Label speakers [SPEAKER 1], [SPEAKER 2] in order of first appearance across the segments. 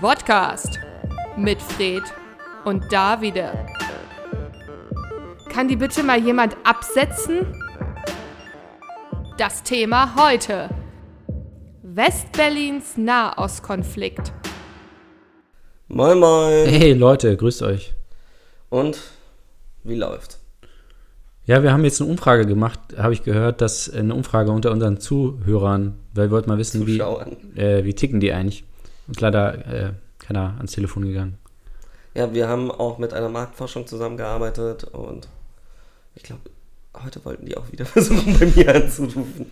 [SPEAKER 1] Podcast mit Fred und Davide. Kann die bitte mal jemand absetzen? Das Thema heute: Westberlins Nahostkonflikt.
[SPEAKER 2] Moin moin.
[SPEAKER 3] Hey Leute, grüßt euch.
[SPEAKER 2] Und wie läuft?
[SPEAKER 3] Ja, wir haben jetzt eine Umfrage gemacht, habe ich gehört, dass eine Umfrage unter unseren Zuhörern, weil wir wollten mal wissen, wie,
[SPEAKER 2] Zuschauern.
[SPEAKER 3] äh, wie ticken die eigentlich. Und leider äh, keiner ans Telefon gegangen.
[SPEAKER 2] Ja, wir haben auch mit einer Marktforschung zusammengearbeitet und ich glaube, heute wollten die auch wieder versuchen, bei mir anzurufen.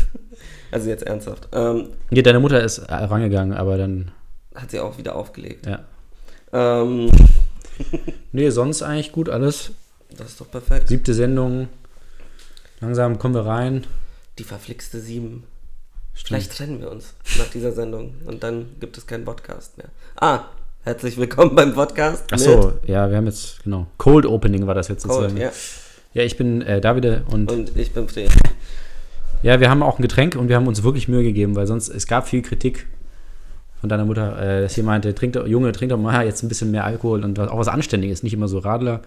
[SPEAKER 2] also jetzt ernsthaft. Ähm,
[SPEAKER 3] Nee, deine Mutter ist äh, rangegangen, aber dann,
[SPEAKER 2] hat sie auch wieder aufgelegt.
[SPEAKER 3] ja.
[SPEAKER 2] Ähm,
[SPEAKER 3] Nee, sonst eigentlich gut alles.
[SPEAKER 2] das ist doch perfekt.
[SPEAKER 3] Siebte Sendung. Langsam kommen wir rein.
[SPEAKER 2] Die verflixte Sieben. Vielleicht trennen wir uns nach dieser Sendung und dann gibt es keinen Podcast mehr. Ah, herzlich willkommen beim Podcast.
[SPEAKER 3] Ach
[SPEAKER 2] mit
[SPEAKER 3] so, ja, wir haben jetzt, genau. Cold Opening war das jetzt
[SPEAKER 2] Cold,
[SPEAKER 3] sozusagen.
[SPEAKER 2] ja.
[SPEAKER 3] ja, ich bin äh, Davide und
[SPEAKER 2] Und ich bin Fred.
[SPEAKER 3] Ja, wir haben auch ein Getränk und wir haben uns wirklich Mühe gegeben, weil sonst, es gab viel Kritik von deiner Mutter, äh, dass sie meinte, trink doch, Junge, trink doch mal jetzt ein bisschen mehr Alkohol und was, auch was Anständiges, nicht immer so Radler.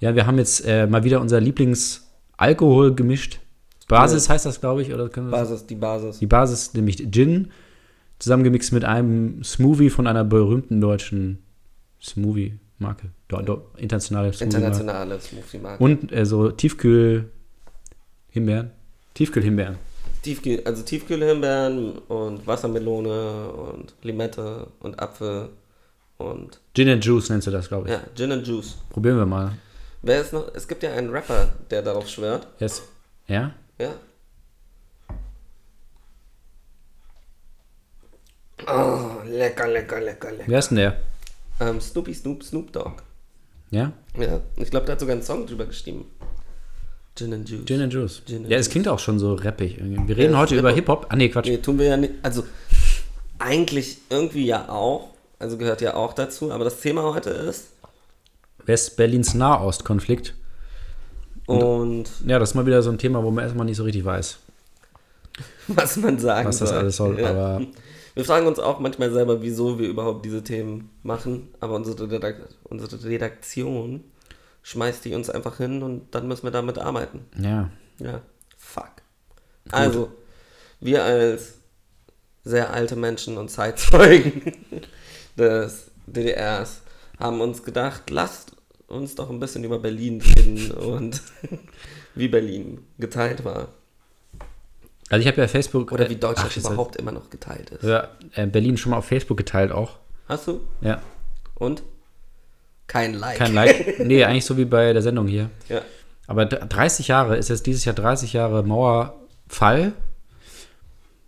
[SPEAKER 3] Ja, wir haben jetzt äh, mal wieder unser Lieblingsalkohol gemischt. Basis heißt das, glaube ich, oder können wir das-
[SPEAKER 2] Basis, die Basis.
[SPEAKER 3] Die Basis, nämlich Gin, zusammengemixt mit einem Smoothie von einer berühmten deutschen Smoothie-Marke. Do, do, internationale Smoothie-Marke.
[SPEAKER 2] Internationale Smoothie-Marke.
[SPEAKER 3] Und äh, so Tiefkühl-Himbeeren. Tiefkühl-Himbeeren.
[SPEAKER 2] Tiefkühl, also Tiefkühlhimbeeren und Wassermelone und Limette und Apfel und
[SPEAKER 3] Gin and Juice nennst du das, glaube ich.
[SPEAKER 2] ja, Gin and Juice.
[SPEAKER 3] Probieren wir mal.
[SPEAKER 2] Wer ist noch? Es gibt ja einen Rapper, der darauf schwört.
[SPEAKER 3] Yes. Ja?
[SPEAKER 2] Ja. Oh, lecker, lecker, lecker, lecker.
[SPEAKER 3] Wer ist denn der?
[SPEAKER 2] Ähm, Snoopy Snoop Snoop Dogg.
[SPEAKER 3] Ja?
[SPEAKER 2] Ja, ich glaube, der hat sogar einen Song drüber geschrieben. Gin and Juice.
[SPEAKER 3] Gin and Juice.
[SPEAKER 2] Gin and
[SPEAKER 3] ja, es klingt auch schon so rappig irgendwie. Wir
[SPEAKER 2] Ja,
[SPEAKER 3] reden
[SPEAKER 2] das
[SPEAKER 3] heute
[SPEAKER 2] ist
[SPEAKER 3] über
[SPEAKER 2] Hip-Hop.
[SPEAKER 3] Hip-Hop. Ah, nee, Quatsch.
[SPEAKER 2] Nee, tun wir ja nicht. Also, eigentlich irgendwie ja auch. Also gehört ja auch dazu. Aber das Thema heute ist.
[SPEAKER 3] West-Berlins Nahostkonflikt.
[SPEAKER 2] Und
[SPEAKER 3] Ja, das ist mal wieder so ein Thema, wo man erstmal nicht so richtig weiß,
[SPEAKER 2] was man sagen
[SPEAKER 3] was das
[SPEAKER 2] soll.
[SPEAKER 3] alles soll.
[SPEAKER 2] Ja.
[SPEAKER 3] Aber
[SPEAKER 2] wir fragen uns auch manchmal selber, wieso wir überhaupt diese Themen machen, aber unsere, Redak unsere Redaktion schmeißt die uns einfach hin und dann müssen wir damit arbeiten.
[SPEAKER 3] ja.
[SPEAKER 2] Ja, fuck. Also, wir als sehr alte Menschen und Zeitzeugen des DDRs haben uns gedacht, lasst uns doch ein bisschen über Berlin reden und wie Berlin geteilt war.
[SPEAKER 3] Also ich habe ja Facebook.
[SPEAKER 2] Oder
[SPEAKER 3] äh,
[SPEAKER 2] wie
[SPEAKER 3] ach,
[SPEAKER 2] Deutschland
[SPEAKER 3] ist das-
[SPEAKER 2] überhaupt immer noch geteilt ist.
[SPEAKER 3] Ja, äh, Berlin schon mal auf Facebook geteilt auch.
[SPEAKER 2] Hast du?
[SPEAKER 3] Ja.
[SPEAKER 2] Und? Kein Like.
[SPEAKER 3] Kein Like. nee, eigentlich so wie bei der Sendung hier.
[SPEAKER 2] Ja.
[SPEAKER 3] Aber d- 30 Jahre ist jetzt dieses Jahr 30 Jahre Mauerfall.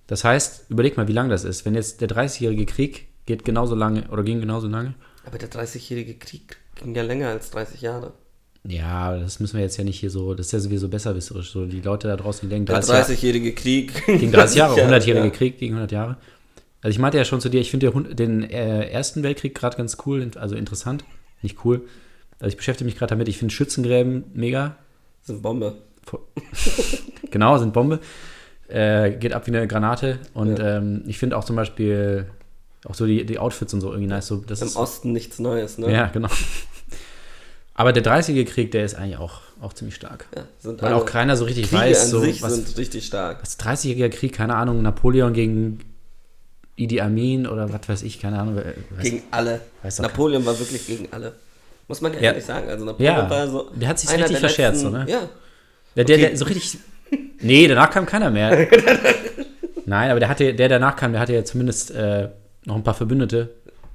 [SPEAKER 3] Das heißt, überleg mal, wie lang das ist. Wenn jetzt der 30-jährige Krieg geht genauso lange oder ging genauso lange.
[SPEAKER 2] Aber der 30-jährige Krieg ging ja länger als 30 Jahre.
[SPEAKER 3] Ja, das müssen wir jetzt ja nicht hier so, das ist ja sowieso besserwisserisch. So die Leute da draußen, die denken,
[SPEAKER 2] Der
[SPEAKER 3] 30 Jahre,
[SPEAKER 2] 30-jährige Krieg
[SPEAKER 3] gegen 30 Jahre, 100-jährige
[SPEAKER 2] ja.
[SPEAKER 3] Krieg gegen 100 Jahre. Also ich meinte ja schon zu dir, ich finde den Hund- den äh, Ersten Weltkrieg gerade ganz cool, also interessant, nicht cool. Also ich beschäftige mich gerade damit, ich finde Schützengräben mega,
[SPEAKER 2] Das ist eine Bombe.
[SPEAKER 3] Genau, sind Bombe. Äh, geht ab wie eine Granate. Und ähm, ich finde auch zum Beispiel auch so die, die Outfits und so irgendwie nice. So, das
[SPEAKER 2] Im
[SPEAKER 3] ist,
[SPEAKER 2] Osten nichts Neues, ne?
[SPEAKER 3] ja, genau. Aber der 30er Krieg, der ist eigentlich auch, auch ziemlich stark.
[SPEAKER 2] Ja, sind
[SPEAKER 3] Weil
[SPEAKER 2] alle-
[SPEAKER 3] auch keiner so richtig
[SPEAKER 2] Also Kriege
[SPEAKER 3] weiß,
[SPEAKER 2] an
[SPEAKER 3] so,
[SPEAKER 2] sich
[SPEAKER 3] was,
[SPEAKER 2] sind richtig stark.
[SPEAKER 3] was 30er Krieg, keine Ahnung, Napoleon gegen Idi Amin oder was weiß ich, keine Ahnung. äh, wer- Weiß,
[SPEAKER 2] Gegen alle.
[SPEAKER 3] weiß doch
[SPEAKER 2] Napoleon war wirklich gegen alle. Muss man ja,
[SPEAKER 3] Ja.
[SPEAKER 2] ehrlich sagen. Also Napoleon
[SPEAKER 3] Ja,
[SPEAKER 2] war so.
[SPEAKER 3] der hat sich's
[SPEAKER 2] einer
[SPEAKER 3] richtig
[SPEAKER 2] der
[SPEAKER 3] verscherzt,
[SPEAKER 2] letzten-
[SPEAKER 3] so, ne?
[SPEAKER 2] Ja.
[SPEAKER 3] Der, der,
[SPEAKER 2] Okay.
[SPEAKER 3] der so richtig. Nee, danach kam keiner mehr. Nein, aber der hatte, der der danach kam, der hatte ja zumindest äh, noch ein paar Verbündete,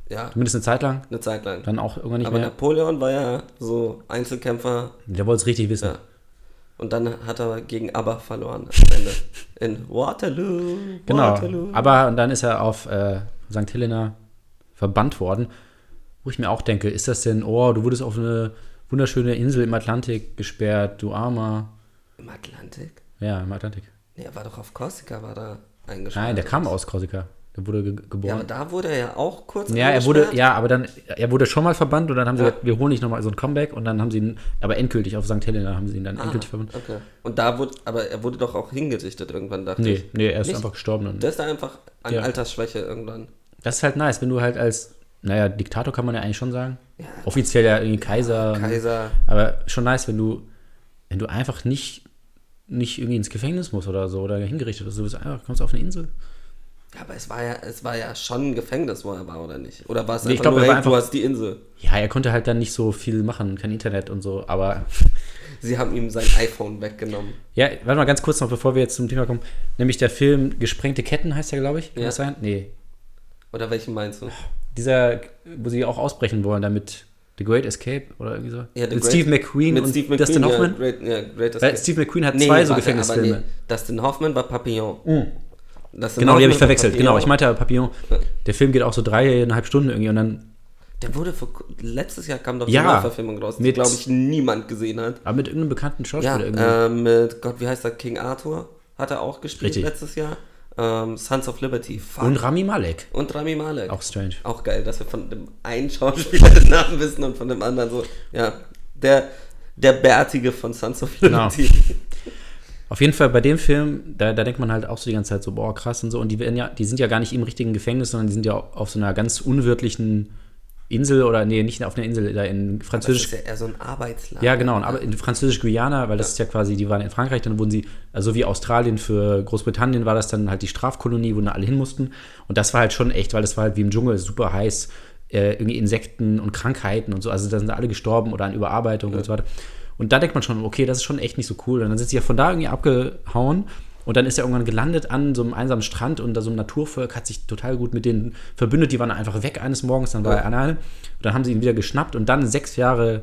[SPEAKER 2] Ja,
[SPEAKER 3] zumindest eine Zeit lang.
[SPEAKER 2] eine Zeit lang.
[SPEAKER 3] Dann auch irgendwann nicht
[SPEAKER 2] Aber
[SPEAKER 3] mehr.
[SPEAKER 2] Napoleon war ja so Einzelkämpfer.
[SPEAKER 3] Der wollte es richtig wissen.
[SPEAKER 2] Ja. Und dann hat er gegen ABBA verloren am Ende. In Waterloo.
[SPEAKER 3] genau.
[SPEAKER 2] Waterloo.
[SPEAKER 3] Aber und dann ist er auf äh, St. Helena verbannt worden. Wo ich mir auch denke, ist das denn, oh, du wurdest auf eine wunderschöne Insel im Atlantik gesperrt, du armer.
[SPEAKER 2] Im Atlantik?
[SPEAKER 3] Ja, im Atlantik.
[SPEAKER 2] Nee, er war doch auf Korsika, war da eingesperrt.
[SPEAKER 3] Nein, der kam aus Korsika. Der wurde ge
[SPEAKER 2] Ja, aber
[SPEAKER 3] geboren.
[SPEAKER 2] da wurde er ja auch kurz
[SPEAKER 3] Ja, er
[SPEAKER 2] eingesperrt.
[SPEAKER 3] wurde, ja, aber dann, er wurde schon mal verbannt und dann haben sie gesagt, wir holen dich nochmal so ein Comeback und dann haben sie ihn, aber endgültig auf St. Helena haben sie ihn dann
[SPEAKER 2] Ah.
[SPEAKER 3] endgültig verbannt.
[SPEAKER 2] Okay. Und da wurde, aber er wurde doch auch hingedichtet irgendwann, dachte
[SPEAKER 3] Nee,
[SPEAKER 2] ich.
[SPEAKER 3] nee, er ist
[SPEAKER 2] Nicht?
[SPEAKER 3] einfach gestorben. Und,
[SPEAKER 2] Der ist da einfach an
[SPEAKER 3] Ja.
[SPEAKER 2] Altersschwäche irgendwann.
[SPEAKER 3] Das ist halt nice, wenn du halt als, naja, Diktator kann man ja eigentlich schon sagen. Offiziell ja irgendwie Kaiser.
[SPEAKER 2] Kaiser.
[SPEAKER 3] Aber schon nice, wenn du, wenn du einfach nicht, nicht irgendwie ins Gefängnis musst oder so oder hingerichtet wirst. Du bist einfach, kommst auf eine Insel.
[SPEAKER 2] Ja, aber es war ja, es war ja schon ein Gefängnis, wo er war, oder nicht? Oder war es
[SPEAKER 3] Nee, ich
[SPEAKER 2] einfach
[SPEAKER 3] glaub,
[SPEAKER 2] nur,
[SPEAKER 3] er war
[SPEAKER 2] hey, du
[SPEAKER 3] einfach-
[SPEAKER 2] hast die Insel.
[SPEAKER 3] Ja, er konnte halt dann nicht so viel machen, kein Internet und so, aber
[SPEAKER 2] Sie haben ihm sein iPhone weggenommen.
[SPEAKER 3] Ja, warte mal ganz kurz noch, bevor wir jetzt zum Thema kommen. Nämlich der Film Gesprengte Ketten heißt der, glaube ich. Kann
[SPEAKER 2] Ja.
[SPEAKER 3] das sein? Nee.
[SPEAKER 2] Oder welchen meinst du?
[SPEAKER 3] Dieser, wo sie auch ausbrechen wollen, damit The Great Escape oder irgendwie so.
[SPEAKER 2] Ja, The
[SPEAKER 3] mit
[SPEAKER 2] Great-
[SPEAKER 3] Steve McQueen
[SPEAKER 2] Mit
[SPEAKER 3] und
[SPEAKER 2] Steve
[SPEAKER 3] Dustin
[SPEAKER 2] McQueen, ja,
[SPEAKER 3] Hoffman.
[SPEAKER 2] Great, ja, Great
[SPEAKER 3] Weil
[SPEAKER 2] Escape.
[SPEAKER 3] Stefan McQueen hat zwei so
[SPEAKER 2] warte,
[SPEAKER 3] Gefängnisfilme.
[SPEAKER 2] aber nee. Dustin Hoffman war Papillon. Dustin
[SPEAKER 3] Genau, die
[SPEAKER 2] Hoffman
[SPEAKER 3] habe ich
[SPEAKER 2] war
[SPEAKER 3] verwechselt.
[SPEAKER 2] Papillon.
[SPEAKER 3] Genau, ich meinte aber Papillon.
[SPEAKER 2] Ja.
[SPEAKER 3] Der Film geht auch so dreieinhalb Stunden irgendwie und dann,
[SPEAKER 2] Der wurde vor, letztes Jahr kam doch die
[SPEAKER 3] Ja,
[SPEAKER 2] Neuverfilmung raus, die
[SPEAKER 3] mit-
[SPEAKER 2] glaube ich niemand gesehen hat.
[SPEAKER 3] aber mit irgendeinem bekannten Schauspieler
[SPEAKER 2] Ja,
[SPEAKER 3] irgendwie.
[SPEAKER 2] äh, mit Gott, wie heißt er? King Arthur hat er auch gespielt
[SPEAKER 3] Richtig.
[SPEAKER 2] letztes Jahr. Ähm, Sons of Liberty. Fuck.
[SPEAKER 3] und Rami Malek.
[SPEAKER 2] Und Rami Malek.
[SPEAKER 3] Auch strange.
[SPEAKER 2] Auch geil, dass wir von dem einen Schauspieler den Namen wissen und von dem anderen so. Ja, der, der Bärtige von Sons of
[SPEAKER 3] Genau.
[SPEAKER 2] Liberty.
[SPEAKER 3] Auf jeden Fall bei dem Film, da, da denkt man halt auch so die ganze Zeit so, boah, krass und so. Und die werden ja, die sind ja gar nicht im richtigen Gefängnis, sondern die sind ja auf so einer ganz unwirtlichen Insel oder nee, nicht auf einer Insel, da in
[SPEAKER 2] Das ist
[SPEAKER 3] französisch.
[SPEAKER 2] ja eher so ein Arbeitslager.
[SPEAKER 3] Ja, genau, aber in französisch-Guyana, weil das ist ja quasi, die waren in Frankreich, dann wurden sie, also wie Australien für Großbritannien war das dann halt die Strafkolonie, wo dann alle hin mussten. Und das war halt schon echt, weil das war halt wie im Dschungel, super heiß, äh, irgendwie Insekten und Krankheiten und so. Also da sind alle gestorben oder an Überarbeitung und so weiter. Und da denkt man schon, okay, das ist schon echt nicht so cool. Und dann sind sie ja von da irgendwie abgehauen. Und dann ist er irgendwann gelandet an so einem einsamen Strand und da so ein Naturvolk hat sich total gut mit denen verbündet. Die waren einfach weg eines Morgens, dann war
[SPEAKER 2] Ja.
[SPEAKER 3] er alleine. Und dann haben sie ihn wieder geschnappt und dann sechs Jahre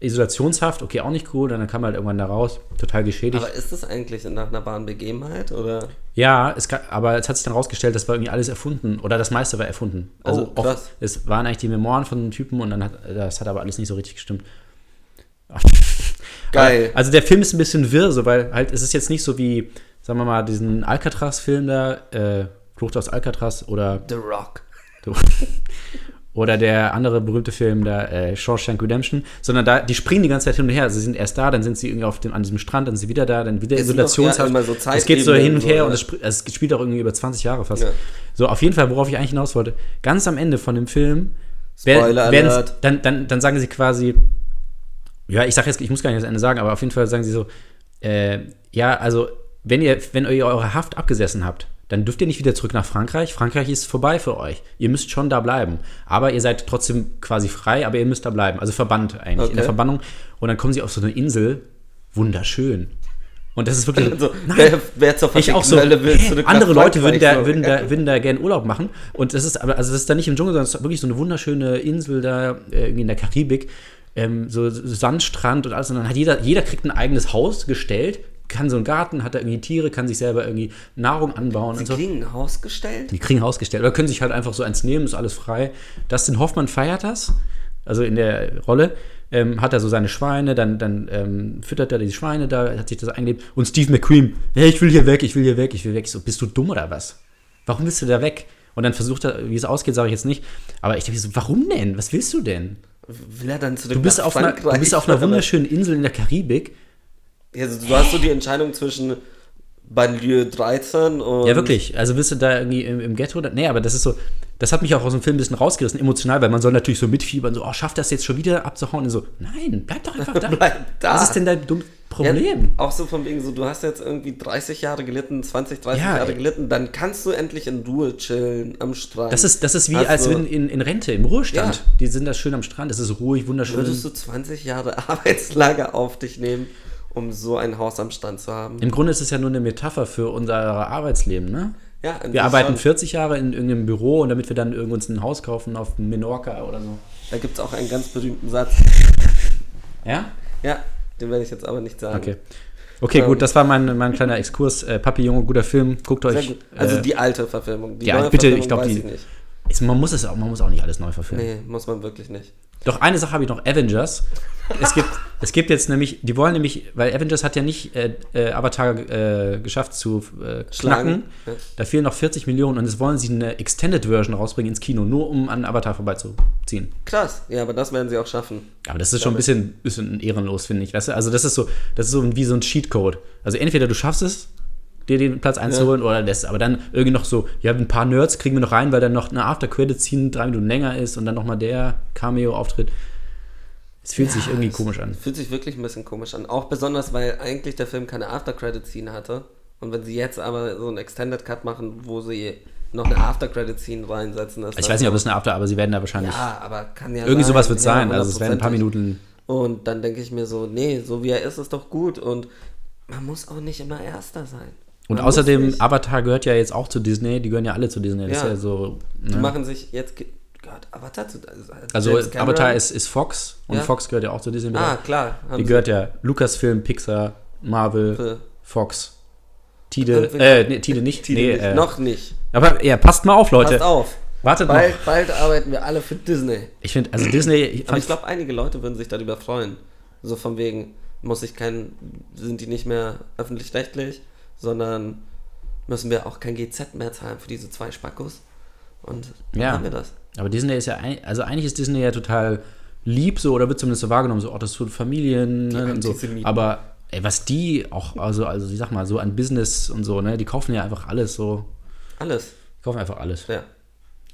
[SPEAKER 3] Isolationshaft, okay, auch nicht cool. Und dann kam er halt irgendwann da raus, total geschädigt.
[SPEAKER 2] Aber ist das eigentlich nach einer wahren Begebenheit? Oder?
[SPEAKER 3] ja, es ka- aber es hat sich dann rausgestellt, das war irgendwie alles erfunden oder das meiste war erfunden. Also
[SPEAKER 2] Oh, krass.
[SPEAKER 3] Auch, es waren eigentlich die Memoiren von den Typen und dann hat, das hat aber alles nicht so richtig gestimmt.
[SPEAKER 2] Geil.
[SPEAKER 3] Also der Film ist ein bisschen wirr, so, weil halt es ist jetzt nicht so wie, sagen wir mal, diesen Alcatraz-Film da, äh, Flucht aus Alcatraz oder
[SPEAKER 2] The Rock.
[SPEAKER 3] Oder der andere berühmte Film, der äh, Shawshank Redemption, sondern da, die springen die ganze Zeit hin und her. Sie sind erst da, dann sind sie irgendwie auf dem, an diesem Strand, dann sind sie wieder da, dann wieder
[SPEAKER 2] Es sind doch
[SPEAKER 3] Isolationshaft.
[SPEAKER 2] eher immer so
[SPEAKER 3] es geht so
[SPEAKER 2] Zeitebenen
[SPEAKER 3] hin und her
[SPEAKER 2] so,
[SPEAKER 3] und
[SPEAKER 2] ne?
[SPEAKER 3] es, spr- also es spielt auch irgendwie über 20 Jahre fast.
[SPEAKER 2] Ja.
[SPEAKER 3] So, auf jeden Fall, worauf ich eigentlich hinaus wollte, ganz am Ende von dem Film wer-
[SPEAKER 2] Spoiler
[SPEAKER 3] werden's-
[SPEAKER 2] alert.
[SPEAKER 3] dann, dann, dann sagen sie quasi, ja, ich sag jetzt, ich muss gar nicht das Ende sagen, aber auf jeden Fall sagen sie so, äh, ja, also wenn ihr, wenn ihr eure Haft abgesessen habt, dann dürft ihr nicht wieder zurück nach Frankreich. Frankreich ist vorbei für euch. Ihr müsst schon da bleiben. Aber ihr seid trotzdem quasi frei, aber ihr müsst da bleiben. Also verbannt eigentlich, in
[SPEAKER 2] Okay.
[SPEAKER 3] der Verbannung. Und dann kommen sie auf so eine Insel. Wunderschön. Und das ist wirklich
[SPEAKER 2] Also, wer, wer zur
[SPEAKER 3] ich auch so,
[SPEAKER 2] Verfickten Hölle will
[SPEAKER 3] hä,
[SPEAKER 2] zurück nach
[SPEAKER 3] andere Leute würden
[SPEAKER 2] Frankreich,
[SPEAKER 3] da,
[SPEAKER 2] so.
[SPEAKER 3] würden, da, würden da gerne Urlaub machen. Und das ist aber, also das ist da nicht im Dschungel, sondern es ist wirklich so eine wunderschöne Insel da, äh, irgendwie in der Karibik, ähm, so Sandstrand und alles. Und dann hat jeder, jeder kriegt ein eigenes Haus gestellt, kann so einen Garten, hat da irgendwie Tiere, kann sich selber irgendwie Nahrung anbauen und
[SPEAKER 2] Sie
[SPEAKER 3] so.
[SPEAKER 2] kriegen ein Haus gestellt?
[SPEAKER 3] Also- Die kriegen Hausgestellt oder können sich halt einfach so eins nehmen, ist alles frei. Dustin Hoffmann feiert das, also in der Rolle. Ähm, hat er so seine Schweine, dann, dann ähm, füttert er die Schweine da, hat sich das eingelebt. Und Steve McQueen, hey, ich will hier weg, ich will hier weg, ich will weg. Ich so, bist du dumm oder was? Warum willst du da weg? Und dann versucht er, wie es ausgeht, sage ich jetzt nicht. Aber ich denke so, warum denn? Was willst du denn?
[SPEAKER 2] Will er dann zurück
[SPEAKER 3] Du bist,
[SPEAKER 2] nach
[SPEAKER 3] auf einer,
[SPEAKER 2] Frankreich?
[SPEAKER 3] du bist auf einer
[SPEAKER 2] oder was?
[SPEAKER 3] wunderschönen Insel in der Karibik.
[SPEAKER 2] Also, du hast so die Entscheidung zwischen Banlieue 13 und.
[SPEAKER 3] Ja, wirklich. Also bist du da irgendwie im, im Ghetto? Oder? Nee, aber das ist so, das hat mich auch aus dem Film ein bisschen rausgerissen, emotional, weil man soll natürlich so mitfiebern, so, oh, schafft das jetzt schon wieder abzuhauen? Und so, nein, bleib doch einfach da.
[SPEAKER 2] Bleib da.
[SPEAKER 3] Was ist denn dein dummes
[SPEAKER 2] Ja,
[SPEAKER 3] Problem?
[SPEAKER 2] auch so von wegen so, du hast jetzt irgendwie 30 Jahre gelitten, 20, 30
[SPEAKER 3] Ja,
[SPEAKER 2] Jahre
[SPEAKER 3] ey.
[SPEAKER 2] gelitten, dann kannst du endlich in Ruhe chillen am Strand.
[SPEAKER 3] Das ist, das ist wie,
[SPEAKER 2] Hast
[SPEAKER 3] als
[SPEAKER 2] du-
[SPEAKER 3] wenn in, in Rente, im Ruhestand.
[SPEAKER 2] Also Ja.
[SPEAKER 3] Die sind da schön am Strand, es ist ruhig, wunderschön.
[SPEAKER 2] Würdest du 20 Jahre Arbeitslager auf dich nehmen, um so ein Haus am Strand zu haben?
[SPEAKER 3] Im Grunde ist es ja nur eine Metapher für unser Arbeitsleben, ne?
[SPEAKER 2] Ja, an sich
[SPEAKER 3] Wir arbeiten
[SPEAKER 2] schon.
[SPEAKER 3] 40 Jahre in irgendeinem Büro und damit wir dann irgend uns ein Haus kaufen auf Menorca oder so.
[SPEAKER 2] Da gibt es auch einen ganz berühmten Satz.
[SPEAKER 3] Ja?
[SPEAKER 2] Ja, den werde ich jetzt aber nicht sagen.
[SPEAKER 3] Okay. Okay,
[SPEAKER 2] Ähm.
[SPEAKER 3] gut, das war mein, mein kleiner Exkurs. Äh, Papillon, guter Film, guckt
[SPEAKER 2] Sehr
[SPEAKER 3] euch.
[SPEAKER 2] gut. Also
[SPEAKER 3] äh,
[SPEAKER 2] die alte Verfilmung. Die
[SPEAKER 3] ja,
[SPEAKER 2] neue
[SPEAKER 3] bitte,
[SPEAKER 2] Verfilmung
[SPEAKER 3] ich glaub,
[SPEAKER 2] weiß
[SPEAKER 3] die-
[SPEAKER 2] ich nicht.
[SPEAKER 3] Ist, man, muss es auch, man muss auch nicht alles neu verfilmen.
[SPEAKER 2] Nee, muss man wirklich nicht.
[SPEAKER 3] Doch eine Sache habe ich noch, Avengers. Es gibt, es gibt jetzt nämlich, die wollen nämlich, weil Avengers hat ja nicht äh, äh, Avatar äh, geschafft zu äh,
[SPEAKER 2] Schlagen.
[SPEAKER 3] knacken.
[SPEAKER 2] Ja.
[SPEAKER 3] Da fehlen noch 40 Millionen und jetzt wollen sie eine Extended Version rausbringen ins Kino, nur um an Avatar vorbeizuziehen.
[SPEAKER 2] Krass, ja, aber das werden sie auch schaffen.
[SPEAKER 3] Aber das ist schon ein bisschen, bisschen ehrenlos, finde ich. Weißt du? Also das ist so, das ist so wie so ein Cheatcode. Also entweder du schaffst es dir den Platz einzuholen oder das. Aber dann irgendwie noch so, ja, ein paar Nerds kriegen wir noch rein, weil dann noch eine After-Credit-Scene drei Minuten länger ist und dann nochmal der Cameo-Auftritt. Es fühlt sich irgendwie komisch an.
[SPEAKER 2] Fühlt sich wirklich ein bisschen komisch an. Auch besonders, weil eigentlich der Film keine After-Credit-Scene hatte. Und wenn sie jetzt aber so einen Extended Cut machen, wo sie noch eine After-Credit-Scene reinsetzen, ist
[SPEAKER 3] Ich weiß nicht, ob es eine After, aber sie werden da wahrscheinlich.
[SPEAKER 2] Ja, aber kann ja
[SPEAKER 3] irgendwie
[SPEAKER 2] sein.
[SPEAKER 3] sowas wird
[SPEAKER 2] Ja,
[SPEAKER 3] sein. Also es werden ein paar
[SPEAKER 2] hundertprozentig.
[SPEAKER 3] Minuten.
[SPEAKER 2] Und dann denke ich mir so, nee, so wie er ist, ist doch gut. Und man muss auch nicht immer Erster sein.
[SPEAKER 3] Und
[SPEAKER 2] man muss
[SPEAKER 3] außerdem,
[SPEAKER 2] nicht-
[SPEAKER 3] Avatar gehört ja jetzt auch zu Disney. Die gehören ja alle zu Disney. Das ist
[SPEAKER 2] Ja.
[SPEAKER 3] ja so.
[SPEAKER 2] Die
[SPEAKER 3] Ne?
[SPEAKER 2] machen sich jetzt. ge- Gott, Avatar zu.
[SPEAKER 3] Also
[SPEAKER 2] James Cameron-
[SPEAKER 3] Avatar ist, ist Fox und
[SPEAKER 2] Ja.
[SPEAKER 3] Fox gehört ja auch zu Disney.
[SPEAKER 2] Ah, klar. haben
[SPEAKER 3] die
[SPEAKER 2] sie-
[SPEAKER 3] gehört ja Lucasfilm, Pixar, Marvel,
[SPEAKER 2] Für-
[SPEAKER 3] Fox. Tide,
[SPEAKER 2] Irgendwie-
[SPEAKER 3] äh, nee, Tide nicht.
[SPEAKER 2] Tide
[SPEAKER 3] nee,
[SPEAKER 2] nicht.
[SPEAKER 3] Äh,
[SPEAKER 2] Noch nicht.
[SPEAKER 3] Aber ja, passt mal auf, Leute.
[SPEAKER 2] Passt auf.
[SPEAKER 3] Wartet mal.
[SPEAKER 2] Bald, bald arbeiten wir alle für Disney.
[SPEAKER 3] Ich finde, also Disney. ich
[SPEAKER 2] Aber
[SPEAKER 3] fand-
[SPEAKER 2] ich glaube, einige Leute würden sich darüber freuen. So von wegen, muss ich kein, sind die nicht mehr öffentlich-rechtlich, sondern müssen wir auch kein GZ mehr zahlen für diese zwei Spackos. Und dann
[SPEAKER 3] Ja.
[SPEAKER 2] haben wir das.
[SPEAKER 3] Aber Disney ist ja, ein, also eigentlich ist Disney ja total lieb so oder wird zumindest so wahrgenommen, so, oh, das tut Familien ne, und so.
[SPEAKER 2] Antisemiten.
[SPEAKER 3] Aber ey, was die auch, also, also ich sag mal, so an Business und so, ne, die kaufen ja einfach alles so.
[SPEAKER 2] Alles.
[SPEAKER 3] Die kaufen einfach alles.
[SPEAKER 2] Ja.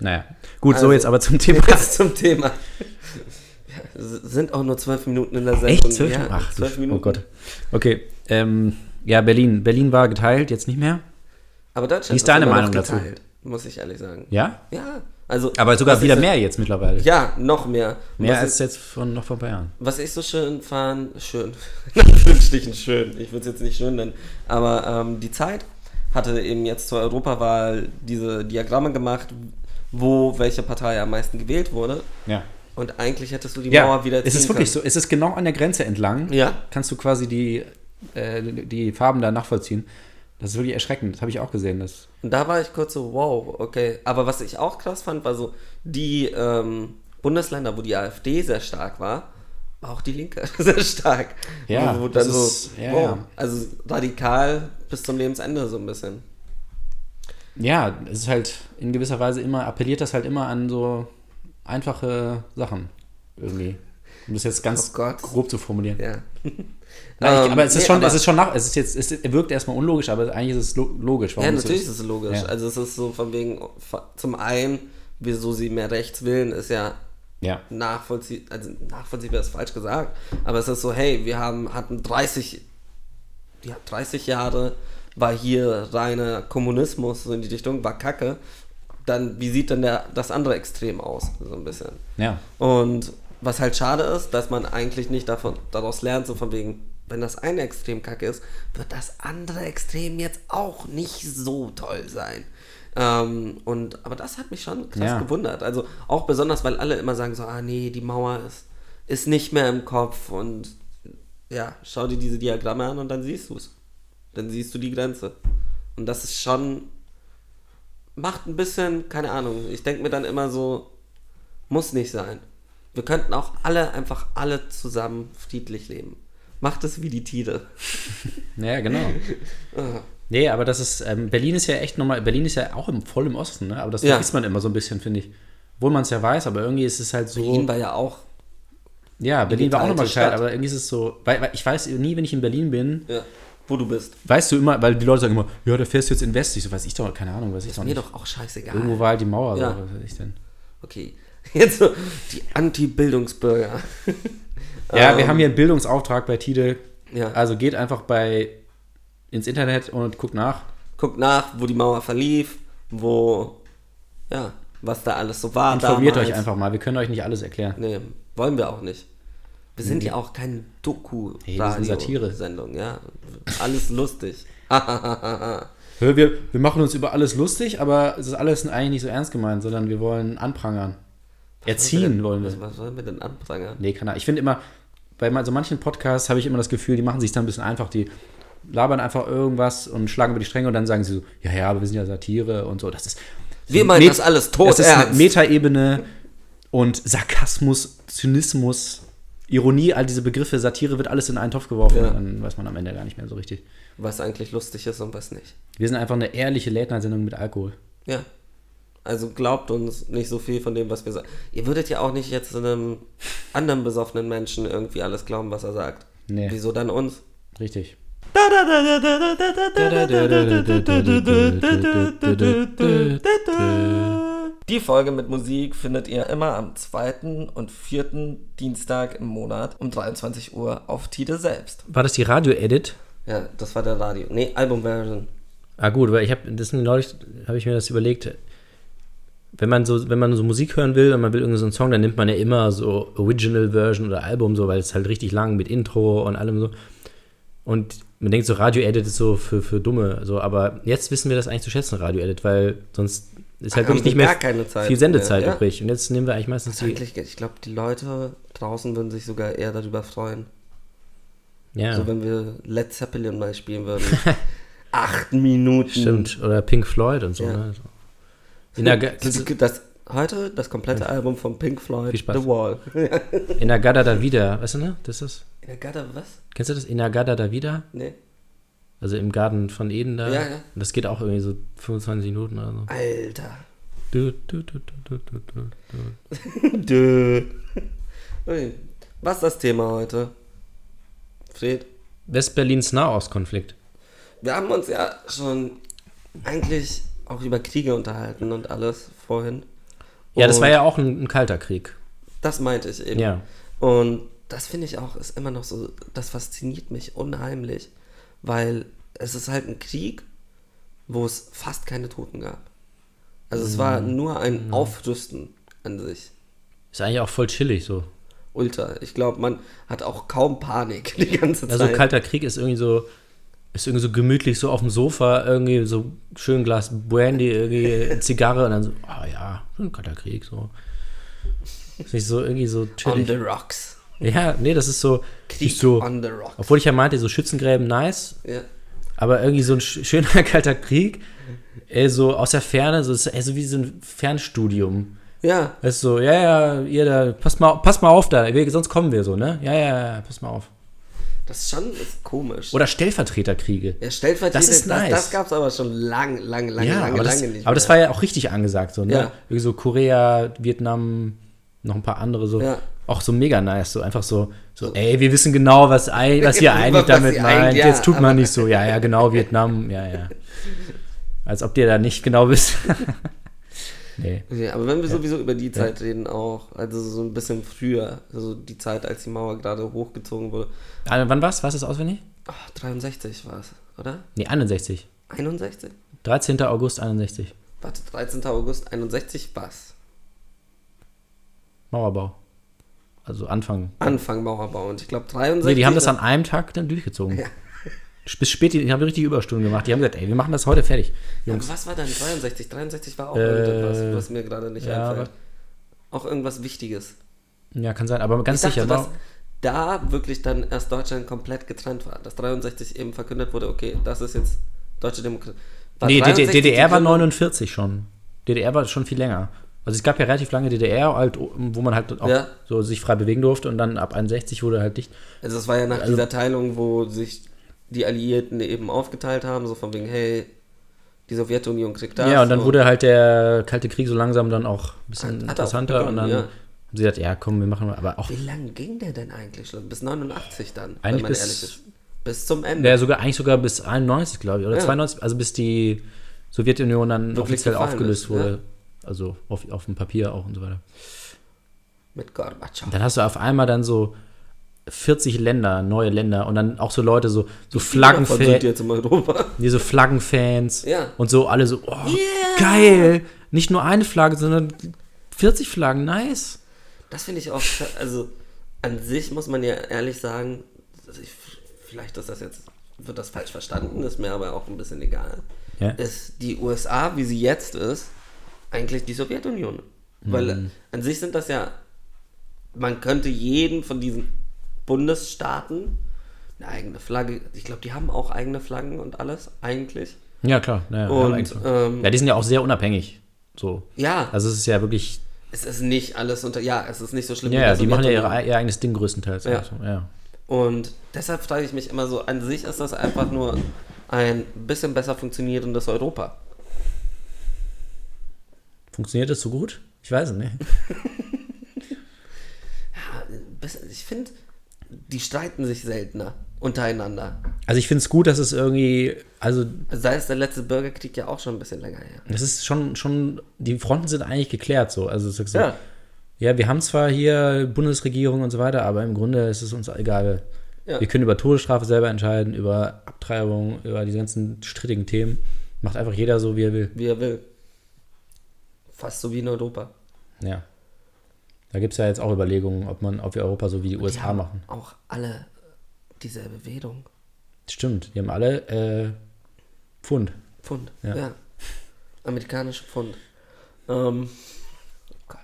[SPEAKER 3] Naja. Gut, so
[SPEAKER 2] Also-
[SPEAKER 3] jetzt aber zum Thema.
[SPEAKER 2] Jetzt zum Thema. Ja, s- Sind auch nur zwölf Minuten in der Sendung.
[SPEAKER 3] Echt? Zwölf
[SPEAKER 2] Ja,
[SPEAKER 3] Minuten? Ach,
[SPEAKER 2] zwölf
[SPEAKER 3] du-
[SPEAKER 2] Minuten.
[SPEAKER 3] Oh Gott. Okay. Ähm, ja, Berlin. Berlin war geteilt, jetzt nicht mehr.
[SPEAKER 2] Aber Deutschland
[SPEAKER 3] Wie ist deine
[SPEAKER 2] immer noch
[SPEAKER 3] Meinung dazu?
[SPEAKER 2] geteilt, Muss ich ehrlich sagen.
[SPEAKER 3] Ja?
[SPEAKER 2] Ja. Also,
[SPEAKER 3] Aber sogar
[SPEAKER 2] was
[SPEAKER 3] wieder
[SPEAKER 2] ich so,
[SPEAKER 3] mehr jetzt mittlerweile.
[SPEAKER 2] Ja, noch mehr. Und
[SPEAKER 3] mehr
[SPEAKER 2] was
[SPEAKER 3] als jetzt von, noch vor ein paar Jahren.
[SPEAKER 2] Was ich so schön fand, schön, in Anführungsstrichen schön, ich würde es jetzt nicht schön nennen, aber ähm, die Zeit hatte eben jetzt zur Europawahl diese Diagramme gemacht, wo welche Partei am meisten gewählt wurde.
[SPEAKER 3] Ja.
[SPEAKER 2] Und eigentlich hättest du die
[SPEAKER 3] Ja,
[SPEAKER 2] Mauer Genau, wieder
[SPEAKER 3] es ist
[SPEAKER 2] ziehen
[SPEAKER 3] wirklich
[SPEAKER 2] können.
[SPEAKER 3] so. Es ist genau an der Grenze entlang.
[SPEAKER 2] Ja,
[SPEAKER 3] kannst du quasi die, äh, die Farben da nachvollziehen. Das ist wirklich erschreckend. Das habe ich auch gesehen. Das,
[SPEAKER 2] und da war ich kurz so, wow, okay. Aber was ich auch krass fand, war so, die ähm, Bundesländer, wo die AfD sehr stark war, war auch die Linke sehr stark.
[SPEAKER 3] Ja,
[SPEAKER 2] wo, wo
[SPEAKER 3] das
[SPEAKER 2] dann so,
[SPEAKER 3] ist- ja,
[SPEAKER 2] wow,
[SPEAKER 3] ja.
[SPEAKER 2] also radikal bis zum Lebensende so ein bisschen.
[SPEAKER 3] ja, es ist halt in gewisser Weise immer, appelliert das halt immer an so einfache Sachen irgendwie. Um das jetzt ganz
[SPEAKER 2] Oh Gott.
[SPEAKER 3] grob zu formulieren.
[SPEAKER 2] Ja.
[SPEAKER 3] Nein, ich,
[SPEAKER 2] Ähm,
[SPEAKER 3] aber es ist
[SPEAKER 2] nee,
[SPEAKER 3] schon,
[SPEAKER 2] aber-
[SPEAKER 3] es ist schon nach, es ist jetzt, es wirkt erstmal unlogisch, aber eigentlich ist es lo logisch.
[SPEAKER 2] Ja,
[SPEAKER 3] warum
[SPEAKER 2] natürlich
[SPEAKER 3] so
[SPEAKER 2] ist es logisch.
[SPEAKER 3] Ja.
[SPEAKER 2] Also es ist so von wegen, fa- zum einen, wieso sie mehr rechts willen, ist ja
[SPEAKER 3] ja.
[SPEAKER 2] nachvollziehbar, also nachvollziehbar ist falsch gesagt, aber es ist so, hey, wir haben, hatten 30, ja, 30 Jahre, war hier reiner Kommunismus so in die Richtung, war kacke, dann wie sieht denn der, das andere Extrem aus, so ein bisschen.
[SPEAKER 3] Ja.
[SPEAKER 2] Und was halt schade ist, dass man eigentlich nicht davon, daraus lernt, so von wegen, wenn das eine Extrem kacke ist, wird das andere Extrem jetzt auch nicht so toll sein. Ähm, und, aber das hat mich schon krass
[SPEAKER 3] Ja.
[SPEAKER 2] gewundert. Also auch besonders, weil alle immer sagen so, ah nee, die Mauer ist, ist nicht mehr im Kopf und ja, schau dir diese Diagramme an und dann siehst du es. Dann siehst du die Grenze. Und das ist schon, macht ein bisschen, keine Ahnung, ich denke mir dann immer so, muss nicht sein. Wir könnten auch alle, einfach alle zusammen friedlich leben. Macht es wie die Tiere.
[SPEAKER 3] Ja, genau. nee, aber das ist, ähm, Berlin ist ja echt nochmal, Berlin ist ja auch im, voll im Osten, ne? aber das
[SPEAKER 2] Ja.
[SPEAKER 3] vergisst man immer so ein bisschen, finde ich. Obwohl man es ja weiß, aber irgendwie ist es halt so.
[SPEAKER 2] Berlin war ja auch.
[SPEAKER 3] Ja, Berlin war auch
[SPEAKER 2] geteilte
[SPEAKER 3] nochmal geteilt,
[SPEAKER 2] Stadt.
[SPEAKER 3] aber irgendwie ist es so, weil, weil ich weiß nie, wenn ich in Berlin bin,
[SPEAKER 2] Ja, wo du bist.
[SPEAKER 3] weißt du immer, weil die Leute sagen immer, ja, da fährst du jetzt in West. Ich so, weiß ich doch, keine Ahnung, weiß ich doch
[SPEAKER 2] Mir
[SPEAKER 3] nicht.
[SPEAKER 2] doch auch scheißegal.
[SPEAKER 3] Irgendwo war halt die Mauer,
[SPEAKER 2] Ja.
[SPEAKER 3] aber was weiß ich denn.
[SPEAKER 2] Okay. Jetzt so die Anti-Bildungsbürger.
[SPEAKER 3] Ja, wir
[SPEAKER 2] Ähm,
[SPEAKER 3] haben hier einen Bildungsauftrag bei Tide.
[SPEAKER 2] Ja.
[SPEAKER 3] Also geht einfach bei ins Internet und guckt nach.
[SPEAKER 2] Guckt nach, wo die Mauer verlief, wo. Ja, was da alles so war.
[SPEAKER 3] Informiert
[SPEAKER 2] damals.
[SPEAKER 3] euch einfach mal, wir können euch nicht alles erklären.
[SPEAKER 2] Nee, wollen wir auch nicht. Wir sind ja auch keine doku
[SPEAKER 3] Hey, wir sind Satire.
[SPEAKER 2] sendung ja. Alles lustig.
[SPEAKER 3] Hör, wir, wir machen uns über alles lustig, aber es ist alles eigentlich nicht so ernst gemeint, sondern wir wollen anprangern. Erziehen wollen wir.
[SPEAKER 2] Was, was wollen wir denn anprangern?
[SPEAKER 3] Nee, keine Ahnung. Ich finde immer, bei ma- so manchen Podcasts habe ich immer das Gefühl, die machen sich da ein bisschen einfach. Die labern einfach irgendwas und schlagen über die Stränge und dann sagen sie so, ja, ja, aber wir sind ja Satire und so. Das ist.
[SPEAKER 2] Wir meinen
[SPEAKER 3] Met-
[SPEAKER 2] das alles
[SPEAKER 3] Das ist eine
[SPEAKER 2] todernst.
[SPEAKER 3] Metaebene und Sarkasmus, Zynismus, Ironie, all diese Begriffe, Satire wird alles in einen Topf geworfen
[SPEAKER 2] Ja.
[SPEAKER 3] und dann weiß man am Ende gar nicht mehr so richtig.
[SPEAKER 2] was eigentlich lustig ist und was nicht.
[SPEAKER 3] Wir sind einfach eine ehrliche Late-Night-Sendung mit Alkohol.
[SPEAKER 2] Ja. Also glaubt uns nicht so viel von dem, was wir sagen. Ihr würdet ja auch nicht jetzt einem anderen besoffenen Menschen irgendwie alles glauben, was er sagt.
[SPEAKER 3] Nee.
[SPEAKER 2] Wieso dann uns?
[SPEAKER 3] Richtig.
[SPEAKER 2] Da Die Folge mit Musik findet ihr immer am zweiten und vierten Dienstag im Monat um 23 Uhr auf Tide selbst.
[SPEAKER 3] War das die Radio-Edit?
[SPEAKER 2] Ja, das war der Radio. Nee, Albumversion.
[SPEAKER 3] Ah gut, weil ich habe das neulich habe ich mir das überlegt. Wenn man so wenn man so Musik hören will und man will irgendeinen so einen Song, dann nimmt man ja immer so Original Version oder Album so, weil es halt richtig lang mit Intro und allem so. Und man denkt so Radio Edit ist so für, für dumme so, aber jetzt wissen wir das eigentlich zu schätzen Radio Edit, weil sonst ist halt
[SPEAKER 2] Haben
[SPEAKER 3] wirklich nicht
[SPEAKER 2] wir
[SPEAKER 3] mehr
[SPEAKER 2] gar keine Zeit
[SPEAKER 3] viel Sendezeit
[SPEAKER 2] mehr, ja.
[SPEAKER 3] übrig und jetzt nehmen wir eigentlich meistens die
[SPEAKER 2] Eigentlich, ich glaube, die Leute draußen würden sich sogar eher darüber freuen.
[SPEAKER 3] ja.
[SPEAKER 2] So, wenn wir Led Zeppelin mal spielen würden. Acht Minuten.
[SPEAKER 3] Stimmt, oder Pink Floyd und so.
[SPEAKER 2] Ja.
[SPEAKER 3] Ne? In, der, Ga-
[SPEAKER 2] Das, das, heute das komplette Album von Pink Floyd,
[SPEAKER 3] Viel Spaß.
[SPEAKER 2] The Wall.
[SPEAKER 3] in der Gada da Vida, weißt du, ne? Das ist,
[SPEAKER 2] Ja, Gada, was?
[SPEAKER 3] kennst du das? In der Gada da Vida?
[SPEAKER 2] Nee.
[SPEAKER 3] Also im Garten von Eden da.
[SPEAKER 2] Ja, ja.
[SPEAKER 3] Und Das geht auch irgendwie so 25 Minuten oder so.
[SPEAKER 2] Alter.
[SPEAKER 3] Du, du, du, du, du, du, du.
[SPEAKER 2] Dö. Okay. Was ist das Thema heute? Fred,
[SPEAKER 3] Westberlins Nahostkonflikt.
[SPEAKER 2] wir haben uns ja schon eigentlich auch über Kriege unterhalten und alles vorhin.
[SPEAKER 3] Ja, das
[SPEAKER 2] Und
[SPEAKER 3] war ja auch ein, ein kalter Krieg.
[SPEAKER 2] Das meinte ich eben.
[SPEAKER 3] Ja.
[SPEAKER 2] Und das finde ich auch, ist immer noch so, das fasziniert mich unheimlich, weil es ist halt ein Krieg, wo es fast keine Toten gab. Also es war
[SPEAKER 3] Mhm.
[SPEAKER 2] nur ein Aufrüsten an sich.
[SPEAKER 3] Ist eigentlich auch voll chillig so.
[SPEAKER 2] Ultra. Ich glaube, man hat auch kaum Panik die ganze Zeit.
[SPEAKER 3] Also kalter Krieg ist irgendwie so ist irgendwie so gemütlich so auf dem Sofa irgendwie so schön Glas Brandy irgendwie Zigarre und dann so ah ja so ein kalter Krieg so ist nicht so irgendwie so
[SPEAKER 2] On
[SPEAKER 3] chillig.
[SPEAKER 2] the rocks.
[SPEAKER 3] Ja, nee, das ist so
[SPEAKER 2] Krieg
[SPEAKER 3] ist so
[SPEAKER 2] on the rocks.
[SPEAKER 3] obwohl ich ja meinte so Schützengräben nice,
[SPEAKER 2] Ja.
[SPEAKER 3] aber irgendwie so ein sch- schöner kalter Krieg ey, so aus der Ferne so ist, ey, so wie so ein Fernstudium.
[SPEAKER 2] ja,
[SPEAKER 3] Weißt du, so, ja, ja, ihr da, passt mal, passt mal auf da, wir, sonst kommen wir so, ne? Ja, ja, ja, passt mal auf.
[SPEAKER 2] das ist schon ist komisch.
[SPEAKER 3] Oder Stellvertreterkriege.
[SPEAKER 2] ja, Stellvertreter,
[SPEAKER 3] Das ist nice.
[SPEAKER 2] das, das gab es aber schon lang, lang, lange,
[SPEAKER 3] ja,
[SPEAKER 2] lange,
[SPEAKER 3] aber, das,
[SPEAKER 2] lange nicht
[SPEAKER 3] aber das war ja auch richtig angesagt, so, ne?
[SPEAKER 2] Ja.
[SPEAKER 3] Irgendwie so Korea, Vietnam, noch ein paar andere so.
[SPEAKER 2] Ja.
[SPEAKER 3] Auch so mega nice, so einfach so, so, ey, wir wissen genau, was, ei- was ihr
[SPEAKER 2] Was
[SPEAKER 3] eigentlich damit
[SPEAKER 2] ihr
[SPEAKER 3] meint.
[SPEAKER 2] eigentlich- ja,
[SPEAKER 3] Jetzt tut man
[SPEAKER 2] aber-
[SPEAKER 3] nicht so, ja, ja, genau, Vietnam, ja, ja. Als ob ihr da nicht genau wisst. nee.
[SPEAKER 2] Ja, aber wenn wir sowieso über die Zeit reden auch, also so ein bisschen früher, also die Zeit, als die Mauer gerade hochgezogen wurde.
[SPEAKER 3] Ah, wann war's? War's das auswendig?
[SPEAKER 2] Ah, 63 war es, oder?
[SPEAKER 3] Nee, 61.
[SPEAKER 2] 61?
[SPEAKER 3] 13. August 61.
[SPEAKER 2] Warte, 13. August 61 was?
[SPEAKER 3] Mauerbau. Also Anfang.
[SPEAKER 2] Anfang Mauerbau und ich glaube 63.
[SPEAKER 3] Nee, die haben das an einem Tag dann durchgezogen.
[SPEAKER 2] Ja.
[SPEAKER 3] Bis spät, die haben richtig Überstunden gemacht. Die haben gesagt, ey, wir machen das heute fertig.
[SPEAKER 2] Aber
[SPEAKER 3] Jungs.
[SPEAKER 2] was war denn 63? 63 war auch
[SPEAKER 3] Äh,
[SPEAKER 2] irgendetwas, was mir gerade nicht
[SPEAKER 3] ja,
[SPEAKER 2] einfällt. Auch irgendwas Wichtiges.
[SPEAKER 3] Ja, kann sein, aber
[SPEAKER 2] Ich
[SPEAKER 3] ganz
[SPEAKER 2] dachte,
[SPEAKER 3] sicher. ne?
[SPEAKER 2] dass
[SPEAKER 3] War,
[SPEAKER 2] da wirklich dann erst Deutschland komplett getrennt war. Dass 63 eben verkündet wurde, okay, das ist jetzt deutsche Demokratie. War
[SPEAKER 3] nee,
[SPEAKER 2] 63
[SPEAKER 3] DD DDR war
[SPEAKER 2] die Gründung?
[SPEAKER 3] 49 schon. DDR war schon viel länger. Also es gab ja relativ lange DDR, halt, wo man halt auch
[SPEAKER 2] Ja.
[SPEAKER 3] so sich frei bewegen durfte und dann ab 61 wurde halt dicht.
[SPEAKER 2] Also es war ja nach
[SPEAKER 3] Also-
[SPEAKER 2] dieser Teilung, wo sich die Alliierten eben aufgeteilt haben, so von wegen, hey, die Sowjetunion kriegt das.
[SPEAKER 3] ja, und dann wurde halt der Kalte Krieg so langsam dann auch ein
[SPEAKER 2] Hat-
[SPEAKER 3] bisschen
[SPEAKER 2] hat auch
[SPEAKER 3] interessanter und dann
[SPEAKER 2] begonnen, ja.
[SPEAKER 3] haben sie gesagt, ja komm, wir machen mal, aber auch
[SPEAKER 2] Wie lange ging der denn eigentlich schon? Bis 89 dann,
[SPEAKER 3] Eigentlich bis-
[SPEAKER 2] Bis zum Ende.
[SPEAKER 3] Ja, sogar, eigentlich sogar bis 91, glaube ich, oder
[SPEAKER 2] Ja.
[SPEAKER 3] 92, also bis die Sowjetunion dann
[SPEAKER 2] Wirklich
[SPEAKER 3] offiziell
[SPEAKER 2] gefallen
[SPEAKER 3] aufgelöst
[SPEAKER 2] ist,
[SPEAKER 3] wurde. Also auf, auf dem Papier auch und so weiter.
[SPEAKER 2] Mit Gorbatschow.
[SPEAKER 3] Dann hast du auf einmal dann so 40 Länder, neue Länder und dann auch so Leute, so, so Flaggenfans,
[SPEAKER 2] sind jetzt in Europa.
[SPEAKER 3] nee, so Flaggenfans
[SPEAKER 2] Ja.
[SPEAKER 3] und so alle so, oh, geil, nicht nur eine Flagge, sondern 40 Flaggen, nice.
[SPEAKER 2] Das finde ich auch, also an sich muss man ja ehrlich sagen, dass ich, vielleicht ist das jetzt, wird das falsch verstanden, ist mir aber auch ein bisschen egal.
[SPEAKER 3] Ja.
[SPEAKER 2] Ist die USA, wie sie jetzt ist, eigentlich die Sowjetunion.
[SPEAKER 3] Mhm.
[SPEAKER 2] Weil an sich sind das ja, man könnte jeden von diesen Bundesstaaten eine eigene Flagge, ich glaube, die haben auch eigene Flaggen und alles, eigentlich.
[SPEAKER 3] Ja, klar. Ja,
[SPEAKER 2] Und,
[SPEAKER 3] ja, eigentlich so.
[SPEAKER 2] ähm,
[SPEAKER 3] ja, die sind ja auch sehr unabhängig. So.
[SPEAKER 2] Ja,
[SPEAKER 3] Also es ist ja wirklich,
[SPEAKER 2] es ist nicht alles unter, ja, es ist nicht so schlimm
[SPEAKER 3] ja,
[SPEAKER 2] der
[SPEAKER 3] ja die machen ja
[SPEAKER 2] Sowjetunion.
[SPEAKER 3] ihre, ihr eigenes Ding größtenteils.
[SPEAKER 2] Ja.
[SPEAKER 3] Also, ja.
[SPEAKER 2] Und deshalb frage ich mich immer so, an sich ist das einfach nur ein bisschen besser funktionierendes Europa.
[SPEAKER 3] Funktioniert das so gut? Ich weiß es nicht.
[SPEAKER 2] Ja, ein bisschen- Ich finde, die streiten sich seltener untereinander.
[SPEAKER 3] Also ich finde es gut, dass es irgendwie, also
[SPEAKER 2] Sei es der letzte Bürgerkrieg ja auch schon ein bisschen länger her.
[SPEAKER 3] das ist schon, schon, die Fronten sind eigentlich geklärt so. Also es ist so,
[SPEAKER 2] Ja,
[SPEAKER 3] Ja, wir haben zwar hier Bundesregierung und so weiter, aber im Grunde ist es uns egal.
[SPEAKER 2] Ja.
[SPEAKER 3] Wir können über Todesstrafe selber entscheiden, über Abtreibung, über diese ganzen strittigen Themen. Macht einfach jeder so, wie er will.
[SPEAKER 2] wie er will. Fast so wie in Europa.
[SPEAKER 3] Ja. Da gibt es ja jetzt auch Überlegungen, ob, man, ob wir Europa so wie die
[SPEAKER 2] Die
[SPEAKER 3] USA
[SPEAKER 2] haben
[SPEAKER 3] machen.
[SPEAKER 2] auch alle dieselbe Währung.
[SPEAKER 3] Stimmt, die haben alle äh, Pfund.
[SPEAKER 2] Pfund.
[SPEAKER 3] Ja.
[SPEAKER 2] Ja. Amerikanische Pfund. Ähm, oh Gott.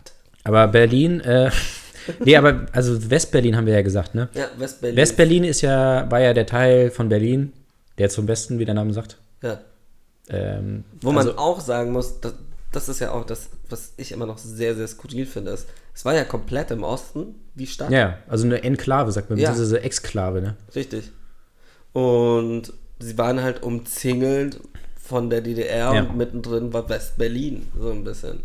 [SPEAKER 3] Aber Berlin, äh, nee, aber also Westberlin haben wir ja gesagt, ne?
[SPEAKER 2] Ja, Westberlin.
[SPEAKER 3] Westberlin ist ja, war ja der Teil von Berlin, der zum Westen, wie der Name sagt.
[SPEAKER 2] ja.
[SPEAKER 3] Ähm,
[SPEAKER 2] Wo man auch sagen muss, das, das ist ja auch das, was ich immer noch sehr, sehr skurril finde. Ist, es war ja komplett im Osten, die Stadt.
[SPEAKER 3] Ja, also eine Enklave, sagt man,
[SPEAKER 2] Ja.
[SPEAKER 3] beziehungsweise Exklave, ne?
[SPEAKER 2] Richtig. Und sie waren halt umzingelt von der DDR
[SPEAKER 3] Ja.
[SPEAKER 2] und mittendrin war West-Berlin, so ein bisschen.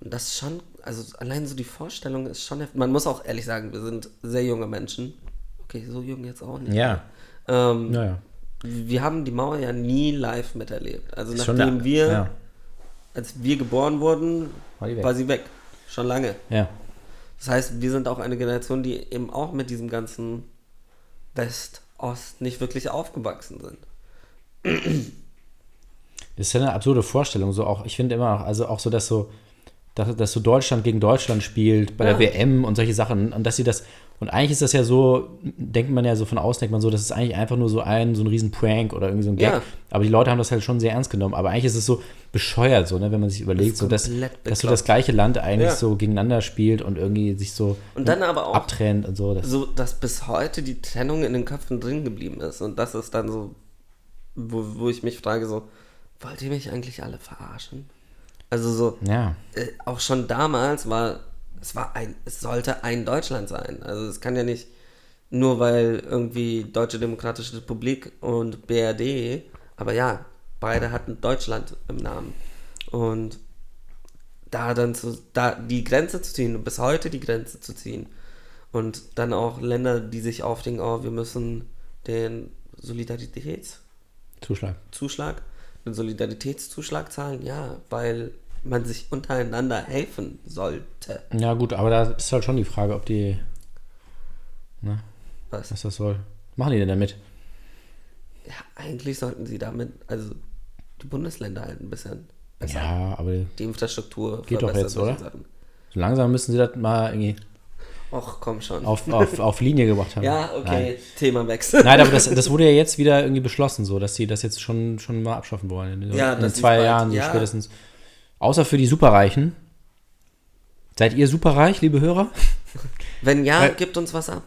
[SPEAKER 2] Und das ist schon, also allein so die Vorstellung ist schon heftig. Man muss auch ehrlich sagen, wir sind sehr junge Menschen. Okay, so jung jetzt auch nicht.
[SPEAKER 3] Ja,
[SPEAKER 2] Ähm,
[SPEAKER 3] naja.
[SPEAKER 2] Wir haben die Mauer ja nie live miterlebt. Also
[SPEAKER 3] Ist
[SPEAKER 2] nachdem
[SPEAKER 3] eine-
[SPEAKER 2] wir,
[SPEAKER 3] Ja,
[SPEAKER 2] als wir geboren wurden,
[SPEAKER 3] War die weg.
[SPEAKER 2] war sie weg. Schon lange.
[SPEAKER 3] ja.
[SPEAKER 2] Das heißt, wir sind auch eine Generation, die eben auch mit diesem ganzen West-Ost nicht wirklich aufgewachsen sind.
[SPEAKER 3] Ist ja eine absurde Vorstellung. So auch, ich finde immer noch, also auch so, dass so, dass, dass so Deutschland gegen Deutschland spielt bei der WM und solche Sachen und dass sie das. Und eigentlich ist das ja so, denkt man ja so von außen, denkt man so, das ist eigentlich einfach nur so ein, so ein riesen Prank oder irgendwie so ein Gag.
[SPEAKER 2] Ja.
[SPEAKER 3] Aber die Leute haben das halt schon sehr ernst genommen. Aber eigentlich ist es so bescheuert, so, ne, wenn man sich überlegt, so, dass,
[SPEAKER 2] komplett
[SPEAKER 3] dass so
[SPEAKER 2] bekloppt.
[SPEAKER 3] das gleiche Land eigentlich
[SPEAKER 2] Ja.
[SPEAKER 3] so gegeneinander spielt und irgendwie sich so
[SPEAKER 2] Und dann aber auch
[SPEAKER 3] abtrennt und so. Das,
[SPEAKER 2] so, dass bis heute die Trennung in den Köpfen drin geblieben ist. Und das ist dann so, wo, wo ich mich frage, so, wollt ihr mich eigentlich alle verarschen? Also so,
[SPEAKER 3] ja.
[SPEAKER 2] äh, auch schon damals war, es war ein, es sollte ein Deutschland sein. Also es kann ja nicht nur weil irgendwie Deutsche Demokratische Republik und BRD, aber ja, beide hatten Deutschland im Namen. Und da dann zu, da die Grenze zu ziehen und bis heute die Grenze zu ziehen. Und dann auch Länder, die sich aufdenken, oh, wir müssen den Solidaritäts
[SPEAKER 3] Zuschlag.
[SPEAKER 2] Zuschlag, einen Solidaritätszuschlag zahlen? Ja, weil man sich untereinander helfen sollte.
[SPEAKER 3] Ja, gut, aber da ist halt schon die Frage, ob die,
[SPEAKER 2] Was?
[SPEAKER 3] was das soll. Machen die denn damit?
[SPEAKER 2] Ja, eigentlich sollten sie damit, also die Bundesländer halt ein bisschen besser.
[SPEAKER 3] Ja, aber
[SPEAKER 2] Die Infrastruktur
[SPEAKER 3] Geht doch jetzt,
[SPEAKER 2] solche
[SPEAKER 3] oder?
[SPEAKER 2] Sachen.
[SPEAKER 3] so langsam müssen sie das mal irgendwie
[SPEAKER 2] Och, komm schon.
[SPEAKER 3] auf, auf, auf Linie gebracht haben.
[SPEAKER 2] ja, okay,
[SPEAKER 3] Nein.
[SPEAKER 2] Themawechsel.
[SPEAKER 3] Nein, aber das, das wurde ja jetzt wieder irgendwie beschlossen, so, dass sie das jetzt schon, schon mal abschaffen wollen. In,
[SPEAKER 2] Ja,
[SPEAKER 3] in
[SPEAKER 2] das ist
[SPEAKER 3] zwei
[SPEAKER 2] bald.
[SPEAKER 3] Jahren so
[SPEAKER 2] Ja.
[SPEAKER 3] spätestens. Außer für die Superreichen. Seid ihr superreich, liebe Hörer?
[SPEAKER 2] Wenn ja,
[SPEAKER 3] Weil-
[SPEAKER 2] gibt uns was ab.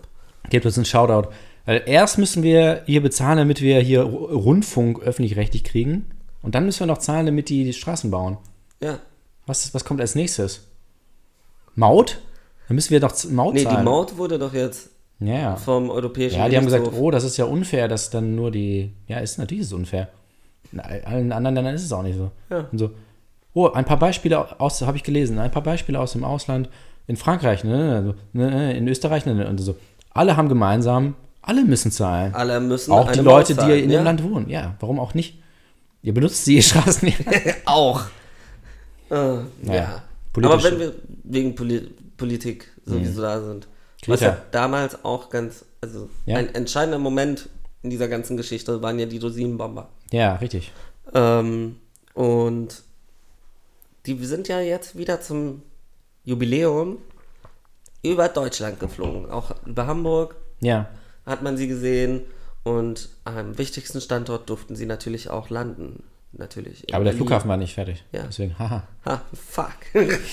[SPEAKER 3] Gebt uns einen Shoutout. Weil erst müssen wir hier bezahlen, damit wir hier Ru- Rundfunk öffentlich-rechtlich kriegen. Und dann müssen wir noch zahlen, damit die, die Straßen bauen.
[SPEAKER 2] Ja.
[SPEAKER 3] Was, ist- was kommt als nächstes? Maut? Dann müssen wir doch z- Maut
[SPEAKER 2] Nee,
[SPEAKER 3] zahlen.
[SPEAKER 2] die Maut wurde doch jetzt
[SPEAKER 3] Ja, ja.
[SPEAKER 2] vom Europäischen
[SPEAKER 3] ja, die haben gesagt,
[SPEAKER 2] Gerichtshof-
[SPEAKER 3] oh, das ist ja unfair, dass dann nur die. Ja, ist natürlich ist es unfair. In all- allen anderen Ländern ist es auch nicht so.
[SPEAKER 2] Ja.
[SPEAKER 3] Und so. Oh, ein paar Beispiele aus, habe ich gelesen, ein paar Beispiele aus dem Ausland. In Frankreich, ne, ne, ne, in Österreich, ne, ne, und so. Alle haben gemeinsam, alle müssen zahlen.
[SPEAKER 2] alle müssen
[SPEAKER 3] oh, auch die
[SPEAKER 2] eine
[SPEAKER 3] Leute,
[SPEAKER 2] Maut
[SPEAKER 3] die in
[SPEAKER 2] zahlen, ja?
[SPEAKER 3] dem Land wohnen. Ja, warum auch nicht? Ihr benutzt die Straßen.
[SPEAKER 2] auch. Äh, ja.
[SPEAKER 3] politisch. Mhm.
[SPEAKER 2] Aber wenn wir wegen Poli Politik sowieso da sind, was
[SPEAKER 3] Greta.
[SPEAKER 2] ja damals auch ganz, also
[SPEAKER 3] Ja.
[SPEAKER 2] ein entscheidender Moment in dieser ganzen Geschichte waren ja die Rosinenbomber.
[SPEAKER 3] ja, richtig.
[SPEAKER 2] Ähm, und die sind ja jetzt wieder zum Jubiläum über Deutschland geflogen. Auch über Hamburg
[SPEAKER 3] Ja.
[SPEAKER 2] hat man sie gesehen und am wichtigsten Standort durften sie natürlich auch landen. Natürlich. in
[SPEAKER 3] Aber der
[SPEAKER 2] Berlin.
[SPEAKER 3] Flughafen war nicht fertig.
[SPEAKER 2] Ja.
[SPEAKER 3] Deswegen, haha.
[SPEAKER 2] Ha, fuck.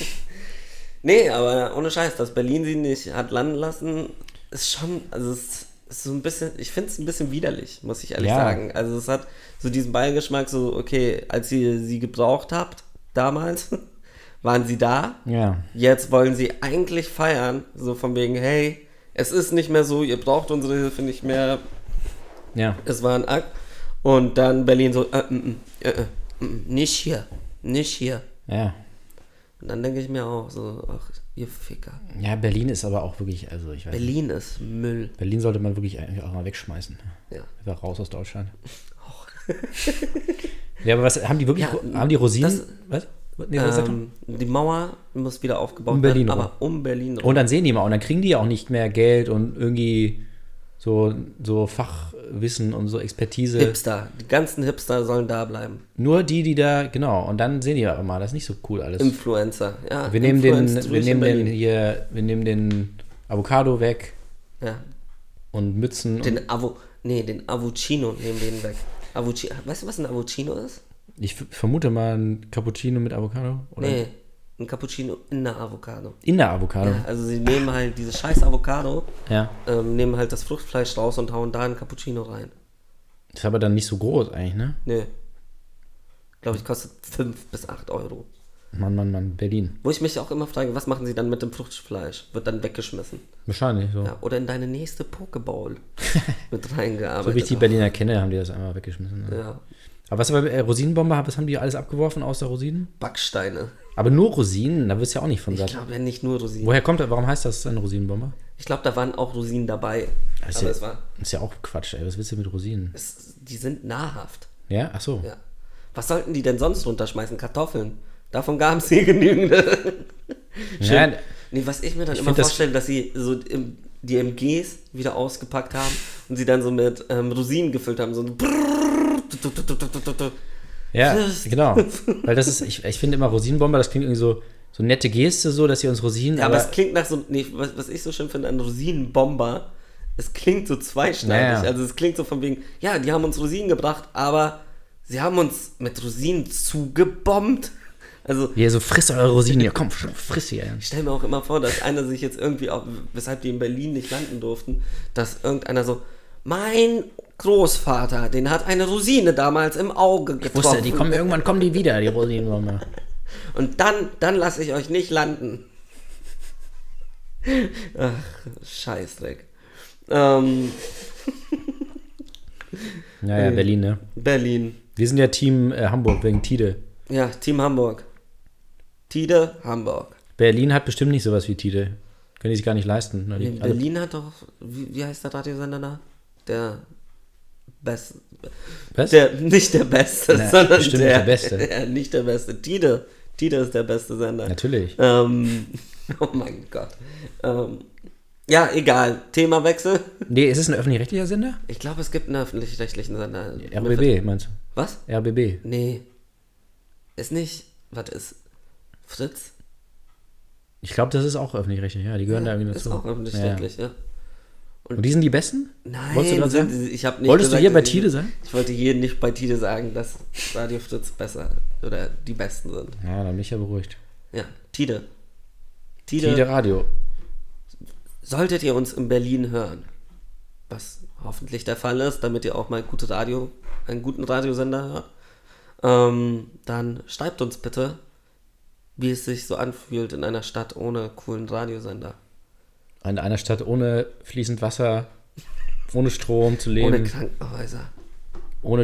[SPEAKER 2] nee, aber ohne Scheiß, dass Berlin sie nicht hat landen lassen, ist schon, also es ist so ein bisschen, ich finde es ein bisschen widerlich, muss ich ehrlich
[SPEAKER 3] Ja.
[SPEAKER 2] sagen. Also es hat so diesen Beigeschmack, so, okay, als ihr sie gebraucht habt, damals, waren sie da,
[SPEAKER 3] Ja.
[SPEAKER 2] jetzt wollen sie eigentlich feiern, so von wegen, hey, es ist nicht mehr so, ihr braucht unsere Hilfe nicht mehr,
[SPEAKER 3] Ja.
[SPEAKER 2] es war ein Akt. Und mm, dann Berlin so, äh, äh, äh, äh, äh, nicht hier, nicht hier.
[SPEAKER 3] Ja.
[SPEAKER 2] Und dann denke ich mir auch so, ach, ihr Ficker.
[SPEAKER 3] Ja, Berlin ist aber auch wirklich, also ich weiß nicht.
[SPEAKER 2] Berlin ist Müll.
[SPEAKER 3] Berlin sollte man wirklich eigentlich auch mal wegschmeißen.
[SPEAKER 2] Ja.
[SPEAKER 3] Einfach raus aus Deutschland. ja, aber was, haben die wirklich,
[SPEAKER 2] Ja,
[SPEAKER 3] Ro- haben die Rosinen?
[SPEAKER 2] das-
[SPEAKER 3] was? Nee, was sag doch.
[SPEAKER 2] Ähm, die Mauer muss wieder aufgebaut
[SPEAKER 3] Um Berlin
[SPEAKER 2] werden,
[SPEAKER 3] rum.
[SPEAKER 2] aber um Berlin rum.
[SPEAKER 3] Und dann sehen die mal und dann kriegen die auch nicht mehr Geld und irgendwie so, so Fachwissen und so Expertise.
[SPEAKER 2] Hipster. Die ganzen Hipster sollen da bleiben.
[SPEAKER 3] Nur die, die da, genau, und dann sehen die aber mal, das ist nicht so cool alles.
[SPEAKER 2] Influencer. Ja,
[SPEAKER 3] wir nehmen den,
[SPEAKER 2] Influencer
[SPEAKER 3] wir nehmen den
[SPEAKER 2] Berlin.
[SPEAKER 3] hier, wir nehmen den Avocado weg
[SPEAKER 2] Ja,
[SPEAKER 3] und Mützen. und
[SPEAKER 2] den Avo, nee, den Avucino nehmen wir den weg. Avucino, weißt du, was ein Avucino ist?
[SPEAKER 3] ich f- vermute mal ein Cappuccino mit Avocado. Oder
[SPEAKER 2] Nee, ein Cappuccino in der Avocado.
[SPEAKER 3] In der Avocado.
[SPEAKER 2] Also sie nehmen halt diese scheiß Avocado,
[SPEAKER 3] Ja.
[SPEAKER 2] ähm, nehmen halt das Fruchtfleisch raus und hauen da ein Cappuccino rein.
[SPEAKER 3] Ist aber dann nicht so groß eigentlich, ne?
[SPEAKER 2] Nee. Glaube ich, kostet 5 bis 8 Euro.
[SPEAKER 3] Mann, Mann, Mann, Berlin.
[SPEAKER 2] Wo ich mich auch immer frage, was machen sie dann mit dem Fruchtfleisch? Wird dann weggeschmissen.
[SPEAKER 3] Wahrscheinlich so.
[SPEAKER 2] Ja, oder in deine nächste Pokeball mit reingearbeitet.
[SPEAKER 3] So wie ich die Berliner kenne, haben die das einmal weggeschmissen. Ne?
[SPEAKER 2] ja,
[SPEAKER 3] Aber was aber äh, Rosinenbombe, was haben die alles abgeworfen außer Rosinen?
[SPEAKER 2] Backsteine.
[SPEAKER 3] Aber nur Rosinen, da wirst du ja auch nicht von
[SPEAKER 2] Ich
[SPEAKER 3] satt.
[SPEAKER 2] glaube ja nicht nur Rosinen.
[SPEAKER 3] Woher kommt das? Warum heißt das eine Rosinenbombe?
[SPEAKER 2] Ich glaube, da waren auch Rosinen dabei.
[SPEAKER 3] Ist
[SPEAKER 2] Aber
[SPEAKER 3] ja-
[SPEAKER 2] es war,
[SPEAKER 3] Ist ja auch Quatsch, ey. Was willst du mit Rosinen?
[SPEAKER 2] es, die sind nahrhaft.
[SPEAKER 3] Ja? Ach so.
[SPEAKER 2] Ja. Was sollten die denn sonst runterschmeißen? Kartoffeln. Davon gab es hier genügende.
[SPEAKER 3] Ja,
[SPEAKER 2] Nee, was ich mir dann
[SPEAKER 3] Ich
[SPEAKER 2] immer
[SPEAKER 3] find das-
[SPEAKER 2] vorstelle, dass sie so im, die MGs wieder ausgepackt haben und sie dann so mit ähm, Rosinen gefüllt haben. So ein Brrrr, tut, tut, tut, tut, tut, tut.
[SPEAKER 3] Ja,
[SPEAKER 2] Das-
[SPEAKER 3] genau. Weil das ist, ich, ich finde immer Rosinenbomber, das klingt irgendwie so, so nette Geste, so, dass ihr uns Rosinen.
[SPEAKER 2] Ja, aber,
[SPEAKER 3] aber,
[SPEAKER 2] es klingt nach so, nee, was, was ich so schön finde an Rosinenbomber, es klingt so zweischneidig.
[SPEAKER 3] Naja.
[SPEAKER 2] Also es klingt so von wegen, ja, die haben uns Rosinen gebracht, aber sie haben uns mit Rosinen zugebombt. Also
[SPEAKER 3] ihr so frisst eure Rosinen. Ja, komm, schon, friss sie. ey.
[SPEAKER 2] ich stelle mir auch immer vor, dass einer sich jetzt irgendwie, auch, weshalb die in Berlin nicht landen durften, dass irgendeiner so, mein Großvater, den hat eine Rosine damals im Auge getroffen.
[SPEAKER 3] Wusste, die kommen irgendwann kommen die wieder, die Rosinenbomber.
[SPEAKER 2] Und dann, dann lasse ich euch nicht landen. Ach, Scheißdreck. Ähm,
[SPEAKER 3] Ja, ja, Berlin, ne?
[SPEAKER 2] Berlin.
[SPEAKER 3] Wir sind ja Team äh, Hamburg wegen Tide.
[SPEAKER 2] Ja, Team Hamburg. Tide, Hamburg.
[SPEAKER 3] Berlin hat bestimmt nicht sowas wie Tide. Können die sich gar nicht leisten. Ne? Die, also,
[SPEAKER 2] Berlin hat doch, wie, wie heißt der Radiosender da? Der Beste.
[SPEAKER 3] was?
[SPEAKER 2] Der, nicht der Beste,
[SPEAKER 3] Na,
[SPEAKER 2] sondern
[SPEAKER 3] bestimmt
[SPEAKER 2] der,
[SPEAKER 3] nicht der Beste.
[SPEAKER 2] Ja, nicht der Beste. Tide. Tide ist der beste Sender.
[SPEAKER 3] Natürlich.
[SPEAKER 2] Ähm, oh mein Gott. Ähm, ja, egal. Themawechsel.
[SPEAKER 3] Nee, ist es ein öffentlich-rechtlicher Sender?
[SPEAKER 2] Ich glaube, es gibt einen öffentlich-rechtlichen Sender.
[SPEAKER 3] RBB, meinst du?
[SPEAKER 2] Was?
[SPEAKER 3] RBB.
[SPEAKER 2] Nee. Ist nicht. Was ist? Fritz?
[SPEAKER 3] Ich glaube, das ist auch öffentlich-rechtlich. Ja, die gehören da irgendwie
[SPEAKER 2] ist
[SPEAKER 3] dazu.
[SPEAKER 2] auch
[SPEAKER 3] Ja.
[SPEAKER 2] öffentlich-rechtlich, ja.
[SPEAKER 3] Und die sind die Besten?
[SPEAKER 2] Nein,
[SPEAKER 3] Wolltest du gerade
[SPEAKER 2] sind-
[SPEAKER 3] sagen?
[SPEAKER 2] ich habe nicht.
[SPEAKER 3] Wolltest du hier bei
[SPEAKER 2] dass
[SPEAKER 3] Tide
[SPEAKER 2] ich,
[SPEAKER 3] sagen?
[SPEAKER 2] Ich wollte hier nicht bei Tide sagen, dass Radio Fritz besser oder die Besten sind.
[SPEAKER 3] Ja, dann bin ich ja beruhigt.
[SPEAKER 2] Ja, Tide. Tide.
[SPEAKER 3] Tide Radio.
[SPEAKER 2] Solltet ihr uns in Berlin hören, was hoffentlich der Fall ist, damit ihr auch mal gute Radio, einen guten Radiosender hört, ähm, dann schreibt uns bitte, wie es sich so anfühlt in einer Stadt ohne coolen Radiosender.
[SPEAKER 3] An einer Stadt ohne fließend Wasser, ohne Strom zu leben,
[SPEAKER 2] Ohne
[SPEAKER 3] ohne,
[SPEAKER 2] Krankenhäuser,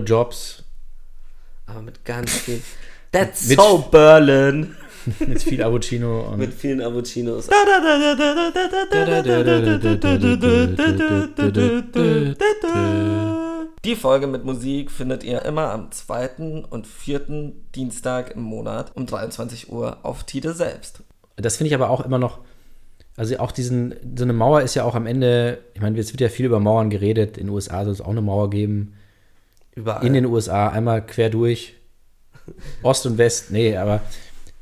[SPEAKER 3] Jobs,
[SPEAKER 2] aber mit ganz viel. That's
[SPEAKER 3] Mit-
[SPEAKER 2] so Berlin!
[SPEAKER 3] mit viel Avocino und
[SPEAKER 2] Mit vielen Abucinos. Die Folge mit Musik findet ihr immer am zweiten und vierten Dienstag im Monat um 23 Uhr auf Tide selbst.
[SPEAKER 3] das finde ich aber auch immer noch, also auch diesen, so eine Mauer ist ja auch am Ende, ich meine, jetzt wird ja viel über Mauern geredet, in den USA soll es auch eine Mauer geben,
[SPEAKER 2] Überall.
[SPEAKER 3] in den USA, einmal quer durch, Ost und West, nee, aber,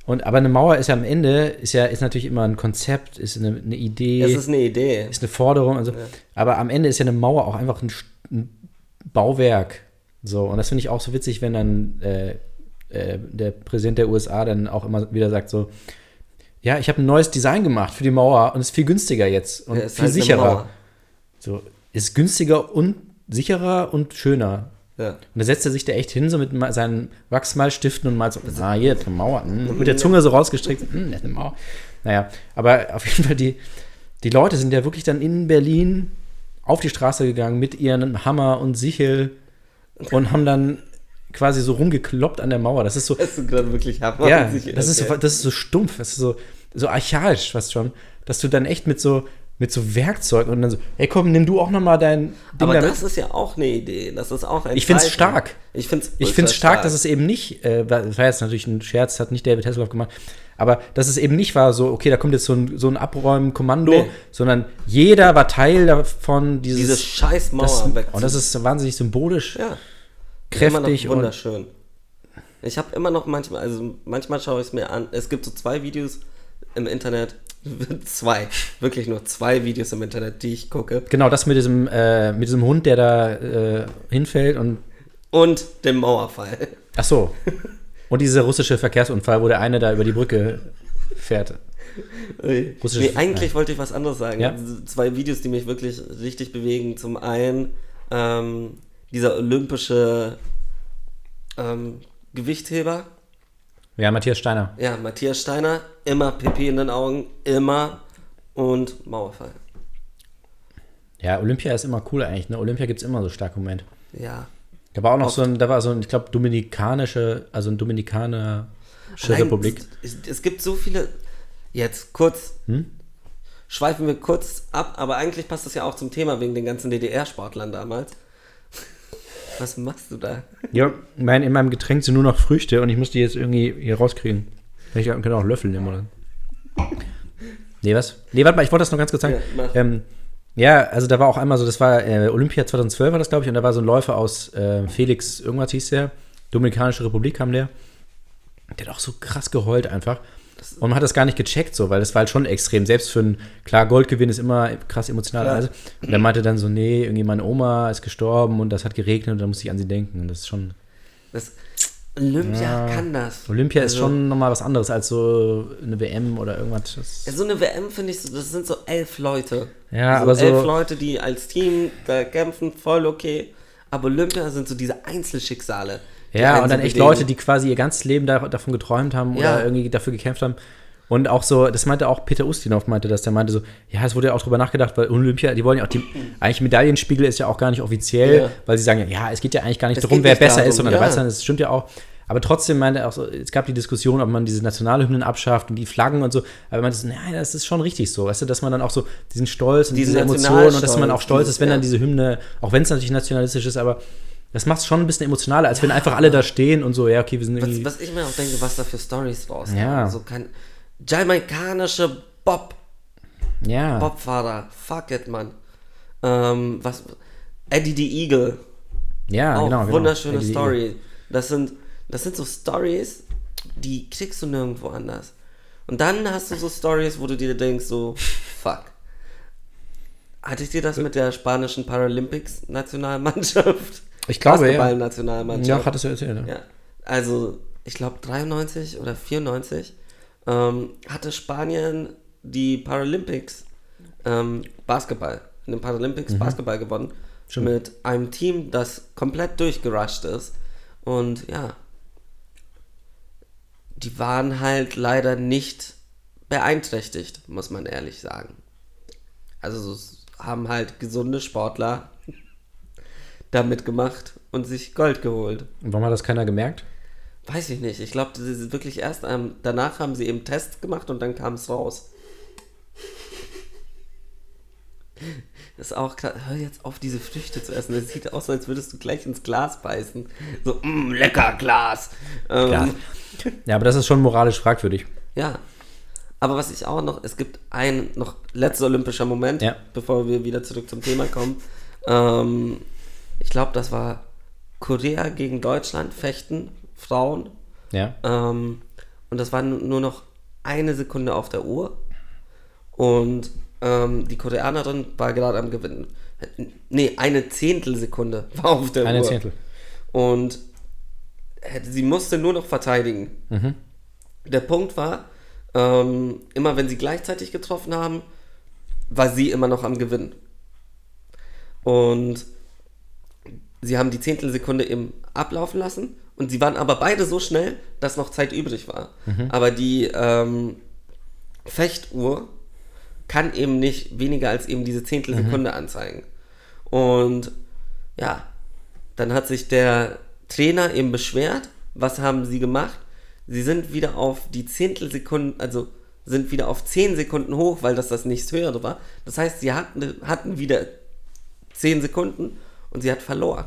[SPEAKER 3] und, aber eine Mauer ist ja am Ende, ist ja, ist natürlich immer ein Konzept, ist eine, eine Idee.
[SPEAKER 2] es ist eine Idee.
[SPEAKER 3] ist eine Forderung. Also, Aber am Ende ist ja eine Mauer auch einfach ein, St- ein Bauwerk. So, und das finde ich auch so witzig, wenn dann äh, äh, der Präsident der USA dann auch immer wieder sagt: so, ja, ich habe ein neues Design gemacht für die Mauer und ist viel günstiger jetzt und
[SPEAKER 2] Ja, ist
[SPEAKER 3] viel
[SPEAKER 2] halt eine
[SPEAKER 3] sicherer.
[SPEAKER 2] Mauer.
[SPEAKER 3] So, ist günstiger und sicherer und schöner.
[SPEAKER 2] Ja.
[SPEAKER 3] Und da setzt er sich da echt hin, so mit ma- seinen Wachsmalstiften und malt so, ah, hier ist eine Mauer.
[SPEAKER 2] Mhm.
[SPEAKER 3] Mm, mit der Zunge so rausgestreckt, mm, das ist eine Mauer. Naja, aber auf jeden Fall, die, die Leute sind ja wirklich dann in Berlin auf die Straße gegangen mit ihren Hammer und Sichel und haben dann quasi so rumgekloppt an der Mauer. Das ist so,
[SPEAKER 2] Das ist gerade wirklich hammer.
[SPEAKER 3] ja,
[SPEAKER 2] sich
[SPEAKER 3] das ist, so,
[SPEAKER 2] erzählt.
[SPEAKER 3] das ist so stumpf, das ist so, so archaisch fast schon, dass du dann echt mit so, mit so Werkzeug und dann so, hey komm, nimm du auch nochmal dein Ding
[SPEAKER 2] Aber
[SPEAKER 3] damit.
[SPEAKER 2] das ist ja auch eine Idee. Das ist auch ein
[SPEAKER 3] Ich find's
[SPEAKER 2] Zeichen.
[SPEAKER 3] stark.
[SPEAKER 2] Ich finde es
[SPEAKER 3] ich finde es stark, dass es eben nicht, äh, war- das war jetzt natürlich ein Scherz, hat nicht David Hasselhoff gemacht, aber dass es eben nicht war so, okay, da kommt jetzt so ein, so ein Abräumen-Kommando,
[SPEAKER 2] Nee.
[SPEAKER 3] sondern jeder war Teil davon, dieses,
[SPEAKER 2] Diese scheiß Mauer
[SPEAKER 3] das,
[SPEAKER 2] wegzu-
[SPEAKER 3] Und das ist wahnsinnig symbolisch,
[SPEAKER 2] ja,
[SPEAKER 3] kräftig
[SPEAKER 2] immer noch
[SPEAKER 3] und
[SPEAKER 2] wunderschön. Ich habe immer noch manchmal, also manchmal schaue ich es mir an. Es gibt so zwei Videos im Internet, zwei, wirklich nur zwei Videos im Internet, die ich gucke.
[SPEAKER 3] genau das mit diesem, äh, mit diesem Hund, der da äh, hinfällt und
[SPEAKER 2] Und den Mauerfall.
[SPEAKER 3] Ach so. Und dieser russische Verkehrsunfall, wo der eine da über die Brücke fährt.
[SPEAKER 2] Nee,
[SPEAKER 3] Russische-
[SPEAKER 2] eigentlich wollte ich was anderes sagen.
[SPEAKER 3] Ja.
[SPEAKER 2] Zwei Videos, die mich wirklich richtig bewegen. Zum einen ähm, dieser olympische ähm, Gewichtheber,
[SPEAKER 3] Ja, Matthias Steiner.
[SPEAKER 2] ja, Matthias Steiner, immer Pipi in den Augen, immer und Mauerfall.
[SPEAKER 3] Ja, Olympia ist immer cool eigentlich. Ne? Olympia gibt es immer so starke Momente.
[SPEAKER 2] Ja.
[SPEAKER 3] Da war auch noch so ein, da war so ein, ich glaube, dominikanische, also ein dominikanische Republik.
[SPEAKER 2] Nein, Es, es gibt so viele. Jetzt kurz.
[SPEAKER 3] Hm?
[SPEAKER 2] Schweifen wir kurz ab, aber eigentlich passt das ja auch zum Thema wegen den ganzen DDR-Sportlern damals. Was machst du da?
[SPEAKER 3] Ja, mein, in meinem Getränk sind nur noch Früchte und ich muss die jetzt irgendwie hier rauskriegen. Ich könnte auch einen Löffel nehmen, oder? Nee, was? Nee, warte mal, ich wollte das noch ganz kurz sagen.
[SPEAKER 2] Ja, mach.
[SPEAKER 3] Ja, ähm, ja also da war auch einmal so, das war äh, Olympia 2012 war das, glaube ich, und da war so ein Läufer aus äh, Felix, irgendwas hieß der, Dominikanische Republik kam der. Der hat auch so krass geheult einfach. Und man hat das gar nicht gecheckt, so, weil das war halt schon extrem. Selbst für ein, klar, Goldgewinn ist immer krass emotional.
[SPEAKER 2] Klar.
[SPEAKER 3] Also. Und dann meinte dann so, nee, irgendwie meine Oma ist gestorben und das hat geregnet und da muss ich an sie denken. Und das ist schon,
[SPEAKER 2] Das, Olympia kann das.
[SPEAKER 3] Olympia ist
[SPEAKER 2] Also,
[SPEAKER 3] schon nochmal was anderes als so eine WM oder irgendwas. Das,
[SPEAKER 2] So eine WM finde ich, so- das sind so elf Leute.
[SPEAKER 3] Ja,
[SPEAKER 2] so
[SPEAKER 3] aber so-
[SPEAKER 2] Elf Leute, die als Team da kämpfen, voll okay. Aber Olympia sind so diese Einzelschicksale. die
[SPEAKER 3] ja,
[SPEAKER 2] einen
[SPEAKER 3] und
[SPEAKER 2] so
[SPEAKER 3] dann echt
[SPEAKER 2] bewegen.
[SPEAKER 3] Leute, die quasi ihr ganzes Leben da, davon geträumt haben
[SPEAKER 2] Ja.
[SPEAKER 3] oder irgendwie dafür gekämpft haben. Und auch so, das meinte auch Peter Ustinov, meinte das, der meinte so, ja, es wurde ja auch drüber nachgedacht, weil Olympia, die wollen ja auch, die, eigentlich Medaillenspiegel ist ja auch gar nicht offiziell,
[SPEAKER 2] Ja.
[SPEAKER 3] weil sie sagen, ja, es geht ja eigentlich gar nicht
[SPEAKER 2] Es
[SPEAKER 3] darum,
[SPEAKER 2] geht
[SPEAKER 3] wer
[SPEAKER 2] nicht
[SPEAKER 3] besser
[SPEAKER 2] darum,
[SPEAKER 3] ist, sondern
[SPEAKER 2] ja.
[SPEAKER 3] wer besser ist, das stimmt ja auch. Aber trotzdem meinte er auch so, es gab die Diskussion, ob man diese Nationalhymnen abschafft und die Flaggen und so, aber er meinte so, nein, das ist schon richtig so, weißt du, dass man dann auch so diesen Stolz und
[SPEAKER 2] Diesen
[SPEAKER 3] diese Emotionen und dass
[SPEAKER 2] Nationalstolz,
[SPEAKER 3] man auch stolz
[SPEAKER 2] dieses-
[SPEAKER 3] ist, wenn dann
[SPEAKER 2] ja.
[SPEAKER 3] diese Hymne, auch wenn es natürlich nationalistisch ist, aber das macht es schon ein bisschen emotionaler, als wenn einfach alle da stehen und so, ja, okay, wir sind irgendwie.
[SPEAKER 2] Was, was ich mir auch denke, was da für Stories raus.
[SPEAKER 3] Ja.
[SPEAKER 2] So kein jamaikanische Bob,
[SPEAKER 3] ja.
[SPEAKER 2] Bobfahrer. Fuck it, Mann. Ähm, was? Eddie the Eagle.
[SPEAKER 3] ja,
[SPEAKER 2] auch
[SPEAKER 3] genau, genau.
[SPEAKER 2] wunderschöne
[SPEAKER 3] Die- die-
[SPEAKER 2] Story. Das sind, das sind so Stories, die kriegst du nirgendwo anders. Und dann hast du so Stories, wo du dir denkst, so, fuck. Hatte ich dir das mit der spanischen Paralympics-Nationalmannschaft?
[SPEAKER 3] Ich glaube, ja.
[SPEAKER 2] Basketball-Nationalmannschaft.
[SPEAKER 3] Ja, hattest du erzählt, ne?
[SPEAKER 2] Ja, also ich glaube 93 oder 94 ähm, hatte Spanien die Paralympics ähm, Basketball, in den Paralympics Basketball gewonnen. Mit einem Team, das komplett durchgerusht ist. Und ja, die waren halt leider nicht beeinträchtigt, muss man ehrlich sagen. Also es haben halt gesunde Sportler damit gemacht und sich Gold geholt.
[SPEAKER 3] Und Warum hat das keiner gemerkt?
[SPEAKER 2] Weiß ich nicht. Ich glaube, das ist wirklich erst am. Danach haben sie eben Tests gemacht und dann kam es raus. Ist auch klar. Hör jetzt auf, diese Früchte zu essen. Es sieht aus, als würdest du gleich ins Glas beißen. So, mm, lecker Glas. Ähm,
[SPEAKER 3] Ja. ja, aber das ist schon moralisch fragwürdig.
[SPEAKER 2] ja. Aber was ich auch noch, es gibt ein noch letzter olympischer Moment,
[SPEAKER 3] Ja.
[SPEAKER 2] bevor wir wieder zurück zum Thema kommen. Ähm, ich glaube, das war Korea gegen Deutschland, Fechten, Frauen.
[SPEAKER 3] Ja.
[SPEAKER 2] Ähm, und das war nu- nur noch eine Sekunde auf der Uhr. Und ähm, die Koreanerin war gerade am Gewinnen. Nee, eine Zehntelsekunde war auf der
[SPEAKER 3] Eine
[SPEAKER 2] Uhr.
[SPEAKER 3] Zehntel.
[SPEAKER 2] Und hätte- sie musste nur noch verteidigen. Der Punkt war, ähm, immer wenn sie gleichzeitig getroffen haben, war sie immer noch am Gewinnen. Und sie haben die Zehntelsekunde eben ablaufen lassen und sie waren aber beide so schnell, dass noch Zeit übrig war. Aber die ähm, Fechtuhr kann eben nicht weniger als eben diese Zehntelsekunde anzeigen. Und ja, dann hat sich der Trainer eben beschwert. Was haben sie gemacht? Sie sind wieder auf die Zehntelsekunden, also sind wieder auf 10 Sekunden hoch, weil das das nächst höhere war. Das heißt, sie hatten, hatten wieder 10 Sekunden und sie hat verloren.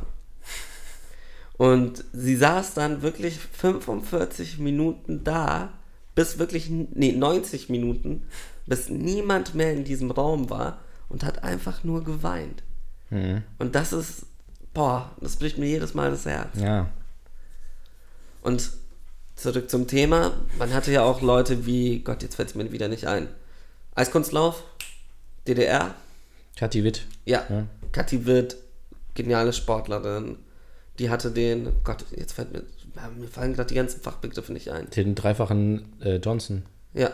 [SPEAKER 2] Und sie saß dann wirklich 45 Minuten da, bis wirklich, nee, 90 Minuten, bis niemand mehr in diesem Raum war und hat einfach nur geweint. Und das ist, boah, das bricht mir jedes Mal das Herz.
[SPEAKER 3] Ja.
[SPEAKER 2] Und zurück zum Thema. Man hatte ja auch Leute wie, Gott, jetzt fällt es mir wieder nicht ein. Eiskunstlauf, DDR,
[SPEAKER 3] Kathi Witt.
[SPEAKER 2] ja.
[SPEAKER 3] Ja.
[SPEAKER 2] Kathi Wirth, geniale Sportlerin. Die hatte den, Gott, jetzt fällt mir, ja, mir fallen gerade die ganzen Fachbegriffe nicht ein.
[SPEAKER 3] Den dreifachen äh, Johnson.
[SPEAKER 2] Ja,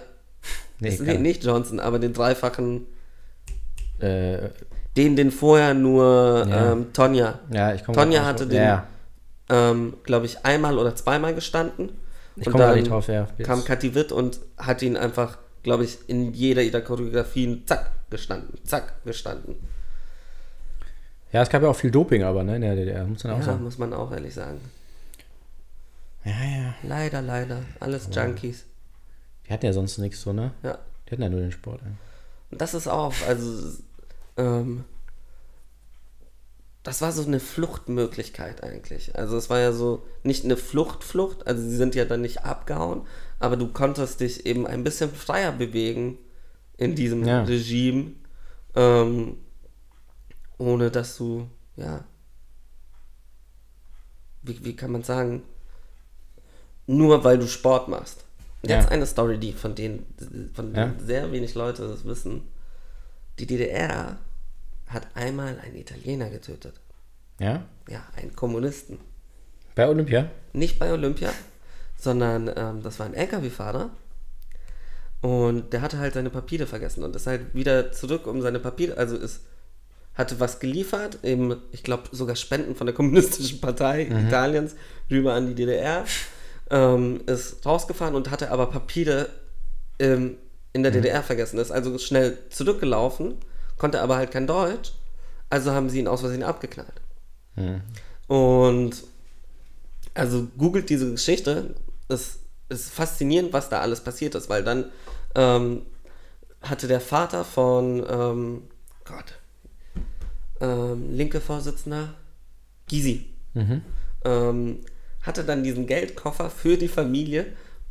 [SPEAKER 3] Nee,
[SPEAKER 2] ist nee,
[SPEAKER 3] nee.
[SPEAKER 2] nicht Johnson, aber den dreifachen,
[SPEAKER 3] Äh,
[SPEAKER 2] den, den vorher nur
[SPEAKER 3] Ja.
[SPEAKER 2] ähm, Tonja.
[SPEAKER 3] ja, ich komme
[SPEAKER 2] Tonja hatte den-
[SPEAKER 3] Ja,
[SPEAKER 2] ähm, glaube ich, einmal oder zweimal gestanden.
[SPEAKER 3] Ich
[SPEAKER 2] Und
[SPEAKER 3] komm grad
[SPEAKER 2] dann
[SPEAKER 3] nicht drauf, ja. Jetzt.
[SPEAKER 2] Kam Kathi Witt und hat ihn einfach, glaube ich, in jeder ihrer Choreografien zack gestanden, zack gestanden.
[SPEAKER 3] ja, es gab ja auch viel Doping, aber ne, in der DDR, muss man auch
[SPEAKER 2] Ja,
[SPEAKER 3] sagen.
[SPEAKER 2] muss man auch ehrlich sagen.
[SPEAKER 3] Ja, ja.
[SPEAKER 2] Leider, leider. Alles Junkies.
[SPEAKER 3] Die hatten ja sonst nichts so, ne?
[SPEAKER 2] Ja.
[SPEAKER 3] Die hatten ja nur den Sport. Ja.
[SPEAKER 2] Und das ist auch, also, ähm, das war so eine Fluchtmöglichkeit eigentlich. Also es war ja so nicht eine Fluchtflucht, also sie sind ja dann nicht abgehauen, aber du konntest dich eben ein bisschen freier bewegen in diesem
[SPEAKER 3] Ja.
[SPEAKER 2] Regime, ähm, ohne dass du, ja, wie, wie kann man sagen, nur weil du Sport machst. Und
[SPEAKER 3] Ja.
[SPEAKER 2] Jetzt eine Story, die von denen, von
[SPEAKER 3] Ja.
[SPEAKER 2] sehr wenig Leute das wissen. Die DDR hat einmal einen Italiener getötet.
[SPEAKER 3] ja?
[SPEAKER 2] Ja, einen Kommunisten.
[SPEAKER 3] Bei Olympia?
[SPEAKER 2] Nicht bei Olympia, sondern ähm, das war ein LKW-Fahrer. Und der hatte halt seine Papiere vergessen und ist halt wieder zurück, um seine Papiere, also ist, hatte was geliefert, eben, ich glaube, sogar Spenden von der Kommunistischen Partei Italiens rüber an die DDR, ähm, ist rausgefahren und hatte aber Papiere ähm, in der DDR vergessen, ist also schnell zurückgelaufen, konnte aber halt kein Deutsch, also haben sie ihn aus Versehen abgeknallt. Und also googelt diese Geschichte. Es ist faszinierend, was da alles passiert ist, weil dann ähm, hatte der Vater von ähm, Gott, ähm, linke Vorsitzender Gysi, ähm, hatte dann diesen Geldkoffer für die Familie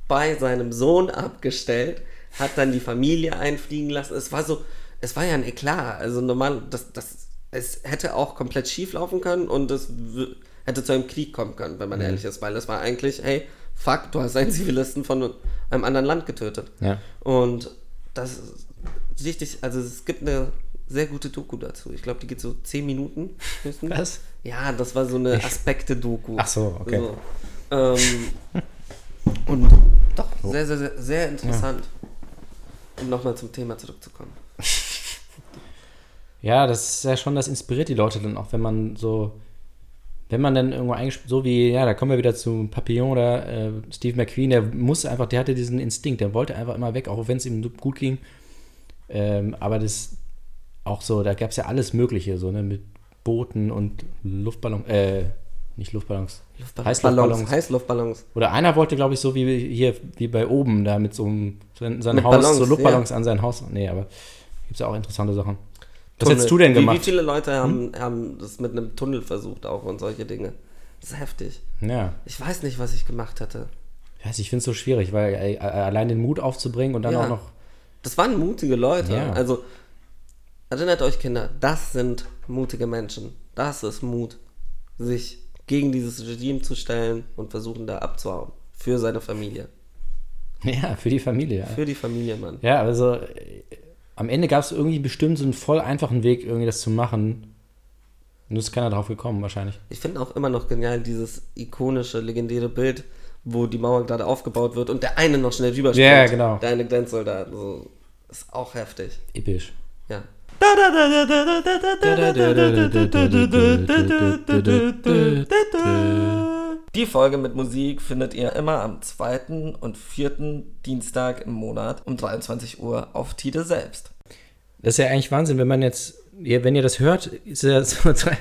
[SPEAKER 2] bei seinem Sohn abgestellt, hat dann die Familie einfliegen lassen. Es war so, es war ja ein Eklat. Also normal, das, das, es hätte auch komplett schief laufen können und es w- hätte zu einem Krieg kommen können, wenn man ehrlich ist, weil es war eigentlich, hey, fuck, du hast einen Zivilisten von einem anderen Land getötet.
[SPEAKER 3] Ja.
[SPEAKER 2] Und das ist richtig, also es gibt eine sehr gute Doku dazu. Ich glaube, die geht so 10 Minuten höchstens.
[SPEAKER 3] Was?
[SPEAKER 2] Ja, das war so eine Aspekte-Doku.
[SPEAKER 3] Ach so, okay.
[SPEAKER 2] Ähm, und doch, sehr, sehr, sehr, sehr interessant. Um nochmal zum Thema zurückzukommen.
[SPEAKER 3] Ja, das ist ja schon, das inspiriert die Leute dann auch, wenn man so, wenn man dann irgendwo eingespielt, so wie, ja, da kommen wir wieder zu Papillon oder äh, Steve McQueen, der muss einfach, der hatte diesen Instinkt, der wollte einfach immer weg, auch wenn es ihm gut ging. Ähm, aber das auch so, da gab es ja alles Mögliche, so, ne, mit Booten und Luftballons, äh, nicht Luftballons, Heißluftballons.
[SPEAKER 2] Heißluftballons.
[SPEAKER 3] Oder einer wollte, glaube ich, so wie hier, wie bei oben, da mit so einem, sein, sein
[SPEAKER 2] Mit
[SPEAKER 3] Haus, so
[SPEAKER 2] Ballons,
[SPEAKER 3] Luftballons an sein Haus. Nee, aber gibt es ja auch interessante Sachen. Was
[SPEAKER 2] Tunnel.
[SPEAKER 3] hättest du denn
[SPEAKER 2] Wie- Wie
[SPEAKER 3] gemacht? Hm?
[SPEAKER 2] viele Leute haben, haben das mit einem Tunnel versucht auch und solche Dinge? Das ist heftig.
[SPEAKER 3] Ja,
[SPEAKER 2] Ich weiß nicht, was ich gemacht hätte.
[SPEAKER 3] weiß, ich finde es so schwierig, weil ey, allein den Mut aufzubringen und dann
[SPEAKER 2] Ja.
[SPEAKER 3] auch noch.
[SPEAKER 2] Das waren mutige Leute.
[SPEAKER 3] Ja.
[SPEAKER 2] Also, erinnert euch, Kinder, das sind mutige Menschen. Das ist Mut, sich gegen dieses Regime zu stellen und versuchen, da abzuhauen. Für seine Familie.
[SPEAKER 3] Ja, für die Familie. Ja,
[SPEAKER 2] Für die Familie, Mann.
[SPEAKER 3] ja also äh, am Ende gab es irgendwie bestimmt so einen voll einfachen Weg, irgendwie das zu machen. Nur ist keiner drauf gekommen, wahrscheinlich.
[SPEAKER 2] Ich finde auch immer noch genial dieses ikonische, legendäre Bild, wo die Mauer gerade aufgebaut wird und der eine noch schnell rüber
[SPEAKER 3] Ja, genau.
[SPEAKER 2] Der eine Grenzsoldat. So. Ist auch heftig.
[SPEAKER 3] Episch.
[SPEAKER 2] Ja. Die Folge mit Musik findet ihr immer am zweiten und vierten Dienstag im Monat um 23 Uhr auf Tide selbst.
[SPEAKER 3] Das ist ja eigentlich Wahnsinn, wenn man jetzt, ihr- wenn ihr das hört, ist ja so drei,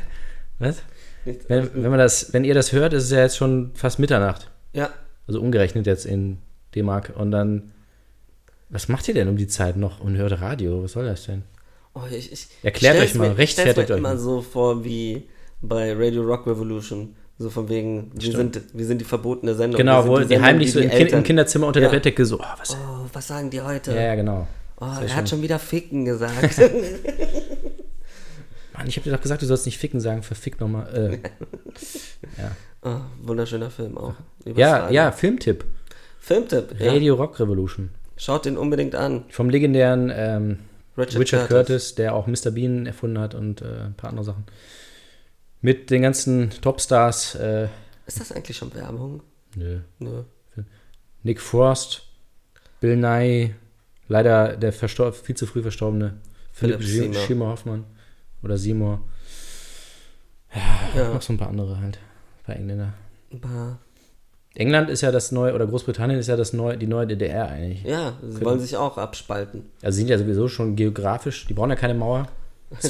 [SPEAKER 3] was?
[SPEAKER 2] Nichts.
[SPEAKER 3] Wenn, wenn, man das, wenn ihr das hört, ist es ja jetzt schon fast Mitternacht.
[SPEAKER 2] Ja,
[SPEAKER 3] Also umgerechnet jetzt in D-Mark. Und dann, was macht ihr denn um die Zeit noch und hört Radio? Was soll das denn?
[SPEAKER 2] Oh, ich, ich,
[SPEAKER 3] Erklärt
[SPEAKER 2] stell's
[SPEAKER 3] euch mal,
[SPEAKER 2] mir,
[SPEAKER 3] rechtfertigt
[SPEAKER 2] stell's mir
[SPEAKER 3] euch
[SPEAKER 2] immer
[SPEAKER 3] mal.
[SPEAKER 2] so vor wie bei Radio Rock Revolution. So von wegen, wir sind, wir sind die verbotene Sendung. wir
[SPEAKER 3] Genau,
[SPEAKER 2] sind
[SPEAKER 3] wo
[SPEAKER 2] die
[SPEAKER 3] die,
[SPEAKER 2] Sendung,
[SPEAKER 3] heimlich
[SPEAKER 2] die
[SPEAKER 3] so
[SPEAKER 2] die
[SPEAKER 3] im, kind, im
[SPEAKER 2] Eltern-
[SPEAKER 3] Kinderzimmer unter
[SPEAKER 2] Ja.
[SPEAKER 3] der Bettdecke so, oh, was?
[SPEAKER 2] Oh, was sagen die heute?
[SPEAKER 3] Ja, ja, genau.
[SPEAKER 2] oh, er
[SPEAKER 3] Sehr schön.
[SPEAKER 2] hat schon wieder Ficken gesagt.
[SPEAKER 3] Mann, ich hab dir doch gesagt, du sollst nicht ficken sagen, verfick nochmal. Äh.
[SPEAKER 2] oh, wunderschöner Film auch. Über
[SPEAKER 3] ja,
[SPEAKER 2] Schlager.
[SPEAKER 3] ja, Filmtipp.
[SPEAKER 2] Filmtipp. Ja.
[SPEAKER 3] Radio Rock Revolution.
[SPEAKER 2] Schaut den unbedingt an.
[SPEAKER 3] Vom legendären ähm,
[SPEAKER 2] Richard,
[SPEAKER 3] Richard, Curtis. der auch Mr. Bean erfunden hat und äh, ein paar andere Sachen. Mit den ganzen Topstars, äh,
[SPEAKER 2] Ist das eigentlich schon Werbung?
[SPEAKER 3] nö,
[SPEAKER 2] Nö.
[SPEAKER 3] Nick Frost, Bill Nye, leider der verstor- viel zu früh verstorbene Philipp,
[SPEAKER 2] Philipp
[SPEAKER 3] Philipp
[SPEAKER 2] Seymour.
[SPEAKER 3] Schiemer Hoffmann oder Seymour.
[SPEAKER 2] Ja,
[SPEAKER 3] Noch so ein paar andere halt, ein paar Engländer.
[SPEAKER 2] ein paar.
[SPEAKER 3] England ist ja das neue, oder Großbritannien ist ja das neue, die neue DDR eigentlich.
[SPEAKER 2] Ja, sie wollen sich auch abspalten.
[SPEAKER 3] Also sie sind ja sowieso schon geografisch, die brauchen ja keine Mauer. Das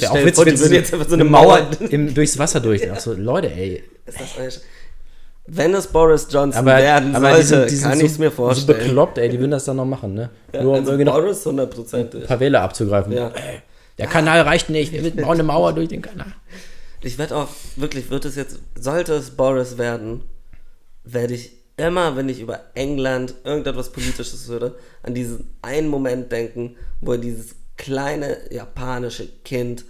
[SPEAKER 3] wäre auch
[SPEAKER 2] Stell dir
[SPEAKER 3] witzig,
[SPEAKER 2] vor, die
[SPEAKER 3] wenn
[SPEAKER 2] würden
[SPEAKER 3] sie
[SPEAKER 2] jetzt einfach so eine Mauer-
[SPEAKER 3] im, durchs Wasser durch. Ach so, Leute, ey.
[SPEAKER 2] Ist das euer Sch- Wenn es Boris Johnson
[SPEAKER 3] Aber,
[SPEAKER 2] werden
[SPEAKER 3] aber
[SPEAKER 2] sollte,
[SPEAKER 3] die sind, die sind
[SPEAKER 2] kann
[SPEAKER 3] so,
[SPEAKER 2] ich es mir
[SPEAKER 3] so
[SPEAKER 2] vorstellen.
[SPEAKER 3] bekloppt, ey, die würden das dann noch machen, ne?
[SPEAKER 2] ja,
[SPEAKER 3] Nur um
[SPEAKER 2] also
[SPEAKER 3] irgendwie noch
[SPEAKER 2] Boris hundertprozentig.
[SPEAKER 3] ein paar Wähler abzugreifen. Äh,
[SPEAKER 2] Ja.
[SPEAKER 3] Der Kanal reicht nicht, wir müssen- bauen eine Mauer durch den Kanal.
[SPEAKER 2] Ich werde auch, wirklich, wird es jetzt, sollte es Boris werden, werde ich immer, wenn ich über England irgendetwas Politisches höre, an diesen einen Moment denken, wo er dieses kleine japanische Kind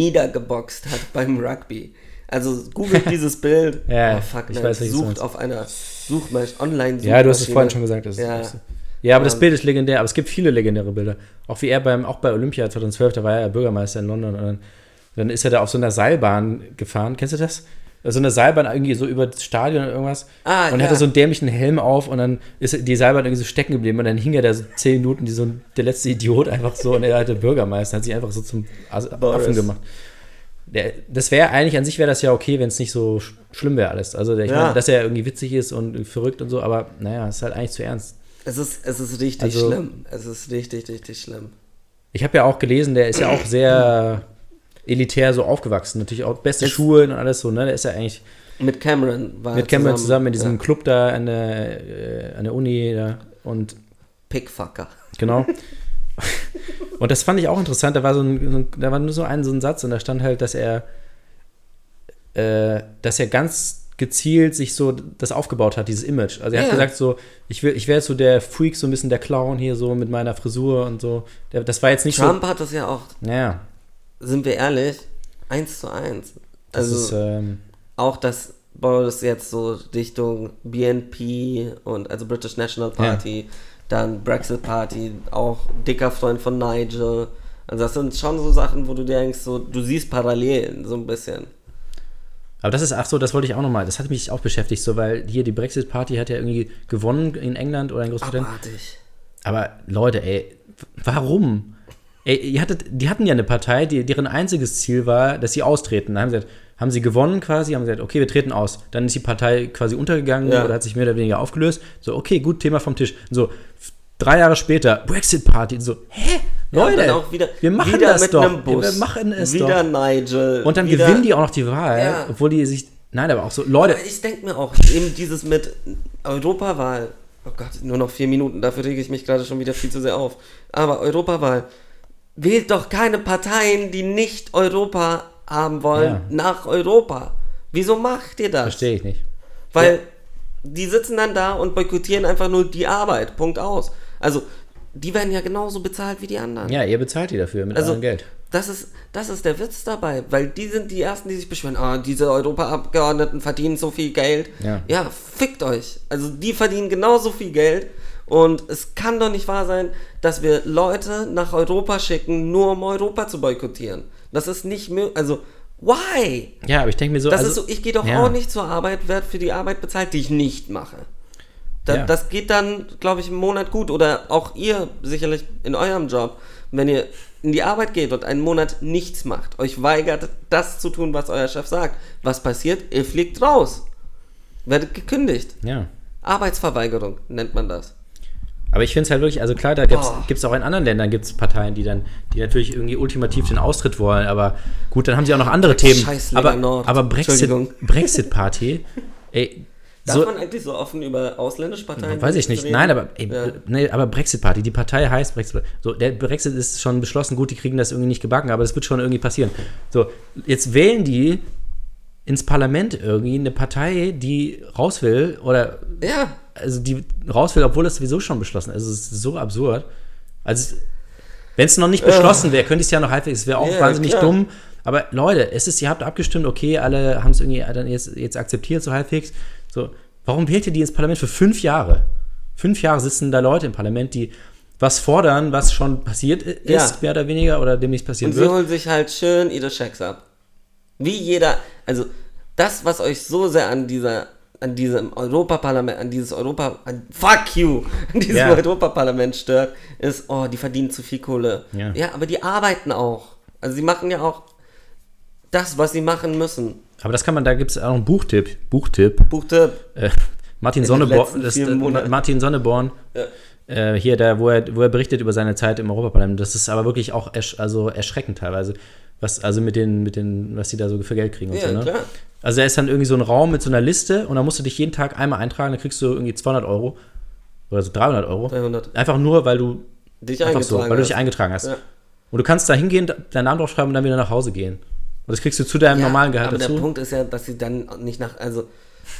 [SPEAKER 2] niedergeboxt hat beim Rugby. Also googelt dieses Bild,
[SPEAKER 3] Ja,
[SPEAKER 2] oh, fuck,
[SPEAKER 3] ich
[SPEAKER 2] nein,
[SPEAKER 3] weiß, was du
[SPEAKER 2] sucht
[SPEAKER 3] meinst.
[SPEAKER 2] auf einer Suchmaschine, online
[SPEAKER 3] Ja, du hast es vorhin schon gesagt. Das
[SPEAKER 2] ja.
[SPEAKER 3] ist ja, aber das Bild ist legendär, aber es gibt viele legendäre Bilder. Auch wie er beim, auch bei Olympia 2012, da war er ja Bürgermeister in London und dann, dann ist er da auf so einer Seilbahn gefahren. Kennst du das? So eine Seilbahn irgendwie so über das Stadion oder irgendwas.
[SPEAKER 2] Ah,
[SPEAKER 3] und
[SPEAKER 2] ja.
[SPEAKER 3] hatte so einen dämlichen Helm auf und dann ist die Seilbahn irgendwie so stecken geblieben und dann hing er da so zehn Minuten, die so ein, der letzte Idiot einfach so und er hatte Bürgermeister, hat sich einfach so zum As-
[SPEAKER 2] Boris.
[SPEAKER 3] Affen gemacht. Der, das wäre eigentlich an sich wäre das ja okay, wenn es nicht so sch schlimm wäre alles. Also ich
[SPEAKER 2] Ja.
[SPEAKER 3] meine, dass er irgendwie witzig ist und verrückt und so, aber naja, ist halt eigentlich zu ernst.
[SPEAKER 2] Es ist, es ist richtig
[SPEAKER 3] Also-
[SPEAKER 2] schlimm. Es ist richtig, richtig schlimm.
[SPEAKER 3] Ich habe ja auch gelesen, der ist ja auch sehr elitär so aufgewachsen, natürlich auch beste Schulen und alles so, ne? Der ist ja eigentlich
[SPEAKER 2] Mit Cameron war
[SPEAKER 3] mit
[SPEAKER 2] er
[SPEAKER 3] Cameron zusammen in diesem
[SPEAKER 2] ja,
[SPEAKER 3] Club da an der, äh, an der Uni da und
[SPEAKER 2] Pickfucker.
[SPEAKER 3] Genau. und das fand ich auch interessant. Da war so ein, so ein da war nur so ein, so ein Satz und da stand halt, dass er, äh, dass er ganz gezielt sich so das aufgebaut hat, dieses Image. Also er
[SPEAKER 2] Ja.
[SPEAKER 3] hat gesagt so, ich will, ich wäre so der Freak, so ein bisschen der Clown hier so mit meiner Frisur und so. Der, das war jetzt nicht
[SPEAKER 2] Trump hat das ja auch,
[SPEAKER 3] so. Naja,
[SPEAKER 2] sind wir ehrlich, eins zu eins.
[SPEAKER 3] das
[SPEAKER 2] Also
[SPEAKER 3] ist ähm,
[SPEAKER 2] auch, dass Boris jetzt so Richtung BNP und also British National Party, dann Brexit Party, auch dicker Freund von Nigel. Also das sind schon so Sachen, wo du denkst, so, du siehst Parallelen so ein bisschen.
[SPEAKER 3] Aber das ist, ach so, das wollte ich auch nochmal, das hat mich auch beschäftigt, so, weil hier die Brexit-Party hat ja irgendwie gewonnen in England oder in Großbritannien.
[SPEAKER 2] Abartig.
[SPEAKER 3] Aber Leute, ey, w- warum? Ey, ihr hattet, die hatten ja eine Partei, die, deren einziges Ziel war, dass sie austreten. Dann haben sie, gesagt, haben sie gewonnen quasi, haben gesagt, okay, wir treten aus. Dann ist die Partei quasi untergegangen
[SPEAKER 2] Ja.
[SPEAKER 3] oder hat sich mehr oder weniger aufgelöst. So, okay, gut, Thema vom Tisch. So, f- drei Jahre später, Brexit-Party. So, hä?
[SPEAKER 2] Ja, und
[SPEAKER 3] Leute,
[SPEAKER 2] dann auch wieder,
[SPEAKER 3] wir machen
[SPEAKER 2] wieder
[SPEAKER 3] das
[SPEAKER 2] mit
[SPEAKER 3] doch.
[SPEAKER 2] einem Bus,
[SPEAKER 3] Wir machen es
[SPEAKER 2] wieder
[SPEAKER 3] doch.
[SPEAKER 2] Nigel.
[SPEAKER 3] Und dann
[SPEAKER 2] wieder,
[SPEAKER 3] gewinnen die auch noch die Wahl,
[SPEAKER 2] Ja.
[SPEAKER 3] obwohl die sich, nein, aber auch so, Leute,
[SPEAKER 2] Ich denke mir auch, eben dieses mit Europawahl. Oh Gott, nur noch vier Minuten, dafür rege ich mich gerade schon wieder viel zu sehr auf. Aber Europawahl. Wählt doch keine Parteien, die nicht Europa haben wollen,
[SPEAKER 3] Ja.
[SPEAKER 2] nach Europa. Wieso macht ihr das?
[SPEAKER 3] verstehe ich nicht.
[SPEAKER 2] Weil die sitzen dann da und boykottieren einfach nur die Arbeit. Punkt aus. Also, die werden ja genauso bezahlt wie die anderen.
[SPEAKER 3] Ja, ihr bezahlt die dafür mit
[SPEAKER 2] Also,
[SPEAKER 3] eurem Geld.
[SPEAKER 2] Das ist, das ist der Witz dabei, weil die sind die Ersten, die sich beschweren, ah, diese Europaabgeordneten verdienen so viel Geld.
[SPEAKER 3] Ja.
[SPEAKER 2] ja, fickt euch. Also die verdienen genauso viel Geld und es kann doch nicht wahr sein, dass wir Leute nach Europa schicken, nur um Europa zu boykottieren. Das ist nicht möglich. Also, why?
[SPEAKER 3] Ja, aber ich denke mir so,
[SPEAKER 2] Das
[SPEAKER 3] also,
[SPEAKER 2] ist so, ich gehe doch
[SPEAKER 3] ja.
[SPEAKER 2] auch nicht zur Arbeit, werde für die Arbeit bezahlt, die ich nicht mache. Da,
[SPEAKER 3] Ja.
[SPEAKER 2] Das geht dann, glaube ich, einen Monat gut. Oder auch ihr sicherlich in eurem Job, wenn ihr in die Arbeit geht und einen Monat nichts macht, euch weigert, das zu tun, was euer Chef sagt. Was passiert? Ihr fliegt raus. Werdet gekündigt.
[SPEAKER 3] ja.
[SPEAKER 2] Arbeitsverweigerung nennt man das.
[SPEAKER 3] Aber ich finde es halt wirklich, also klar, da
[SPEAKER 2] Boah.
[SPEAKER 3] gibt es auch in anderen Ländern gibt's Parteien, die dann, die natürlich irgendwie ultimativ den Austritt wollen, aber gut, dann haben sie auch noch andere Themen.
[SPEAKER 2] Scheiß Lega
[SPEAKER 3] aber
[SPEAKER 2] Nord.
[SPEAKER 3] aber Brexit,
[SPEAKER 2] Entschuldigung.
[SPEAKER 3] Brexit-Party, ey,
[SPEAKER 2] Darf
[SPEAKER 3] so,
[SPEAKER 2] man eigentlich so offen über ausländische Parteien
[SPEAKER 3] weiß ich nicht.
[SPEAKER 2] reden?
[SPEAKER 3] Nein, aber, ey, äh,
[SPEAKER 2] Ja.
[SPEAKER 3] nee, aber Brexit-Party, die Partei heißt Brexit. So, der Brexit ist schon beschlossen, gut, die kriegen das irgendwie nicht gebacken, aber das wird schon irgendwie passieren. So, jetzt wählen die ins Parlament irgendwie eine Partei, die raus will oder
[SPEAKER 2] Ja,
[SPEAKER 3] also die raus will, obwohl das sowieso schon beschlossen ist. Also es ist so absurd. Also wenn es noch nicht beschlossen wäre, könnte ich es ja noch halbwegs, es wäre auch
[SPEAKER 2] Äh. Ja,
[SPEAKER 3] wahnsinnig
[SPEAKER 2] klar.
[SPEAKER 3] dumm. Aber Leute, es ist, ihr habt abgestimmt, okay, alle haben es irgendwie dann jetzt, jetzt akzeptiert, so halbwegs. So, warum wählt ihr die ins Parlament für fünf Jahre? Fünf Jahre sitzen da Leute im Parlament, die was fordern, was schon passiert i- ist,
[SPEAKER 2] Ja.
[SPEAKER 3] mehr oder weniger, oder demnächst
[SPEAKER 2] und
[SPEAKER 3] passieren
[SPEAKER 2] sie
[SPEAKER 3] wird.
[SPEAKER 2] holen sich halt schön ihre Schecks ab. Wie jeder, also das, was euch so sehr an dieser, an diesem Europaparlament, an dieses Europa, an, fuck you, an diesem
[SPEAKER 3] Ja.
[SPEAKER 2] Europaparlament stört, ist, oh, die verdienen zu viel Kohle.
[SPEAKER 3] Ja.
[SPEAKER 2] ja, aber die arbeiten auch. Also sie machen ja auch das, was sie machen müssen.
[SPEAKER 3] Aber das kann man, da gibt es auch einen Buchtipp. Buchtipp.
[SPEAKER 2] Buchtipp.
[SPEAKER 3] Äh, Martin,
[SPEAKER 2] In den
[SPEAKER 3] Sonneborn,
[SPEAKER 2] letzten
[SPEAKER 3] das,
[SPEAKER 2] vier
[SPEAKER 3] äh,
[SPEAKER 2] Monaten.
[SPEAKER 3] Martin Sonneborn, äh, hier, da, wo er, wo er berichtet über seine Zeit im Europaparlament. Das ist aber wirklich auch ersch also erschreckend teilweise. Was, also mit den, mit den, was die da so für Geld kriegen und
[SPEAKER 2] Ja,
[SPEAKER 3] so, ne?
[SPEAKER 2] klar.
[SPEAKER 3] Also er ist dann irgendwie so ein Raum mit so einer Liste und dann musst du dich jeden Tag einmal eintragen, dann kriegst du irgendwie 200 Euro oder so 300 Euro.
[SPEAKER 2] 300.
[SPEAKER 3] Einfach nur, weil du
[SPEAKER 2] Dich
[SPEAKER 3] einfach so, weil du dich
[SPEAKER 2] hast.
[SPEAKER 3] eingetragen hast.
[SPEAKER 2] Ja.
[SPEAKER 3] Und du kannst da hingehen, da- deinen Namen draufschreiben und dann wieder nach Hause gehen. Und das kriegst du zu deinem
[SPEAKER 2] Ja,
[SPEAKER 3] normalen Gehalt
[SPEAKER 2] aber
[SPEAKER 3] dazu.
[SPEAKER 2] der Punkt ist ja, dass sie dann nicht nach, also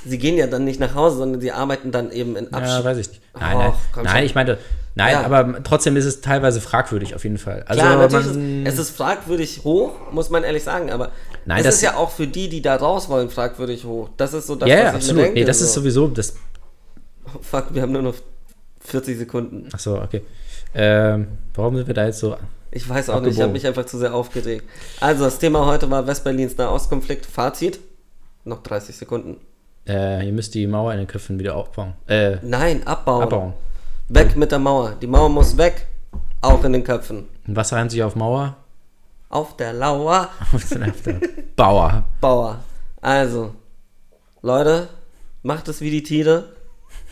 [SPEAKER 2] sie gehen ja dann nicht nach Hause, sondern sie arbeiten dann eben in
[SPEAKER 3] Ja,
[SPEAKER 2] Abstand.
[SPEAKER 3] weiß ich nicht. Nein,
[SPEAKER 2] Och,
[SPEAKER 3] nein,
[SPEAKER 2] komm
[SPEAKER 3] nein
[SPEAKER 2] schon.
[SPEAKER 3] ich meinte, nein,
[SPEAKER 2] Ja.
[SPEAKER 3] aber trotzdem ist es teilweise fragwürdig auf jeden Fall. Also
[SPEAKER 2] Klar, natürlich
[SPEAKER 3] man,
[SPEAKER 2] ist, es ist fragwürdig hoch, muss man ehrlich sagen, aber
[SPEAKER 3] Nein,
[SPEAKER 2] es
[SPEAKER 3] das-
[SPEAKER 2] ist ja auch für die, die da raus wollen, fragwürdig hoch. Das ist so das,
[SPEAKER 3] ja,
[SPEAKER 2] was
[SPEAKER 3] ja,
[SPEAKER 2] ich mir
[SPEAKER 3] absolut.
[SPEAKER 2] denke.
[SPEAKER 3] Nee, das ist
[SPEAKER 2] so.
[SPEAKER 3] sowieso das.
[SPEAKER 2] Fuck, wir haben nur noch 40 Sekunden.
[SPEAKER 3] Achso, okay. Ähm, warum sind wir da jetzt so?
[SPEAKER 2] Ich weiß auch nicht, ich
[SPEAKER 3] Abgebogen.
[SPEAKER 2] habe mich einfach zu sehr aufgeregt. Also, das Thema heute war Westberlins Nahostkonflikt. Fazit? Noch 30 Sekunden.
[SPEAKER 3] Äh, ihr müsst die Mauer in den Köpfen wieder aufbauen. Äh,
[SPEAKER 2] Nein, abbauen.
[SPEAKER 3] abbauen.
[SPEAKER 2] Weg mit der Mauer. Die Mauer muss weg. Auch in den Köpfen.
[SPEAKER 3] Und was reimt sich auf Mauer?
[SPEAKER 2] Auf der Lauer.
[SPEAKER 3] Auf den- auf der Bauer.
[SPEAKER 2] Bauer. Also, Leute, macht es wie die Tiere.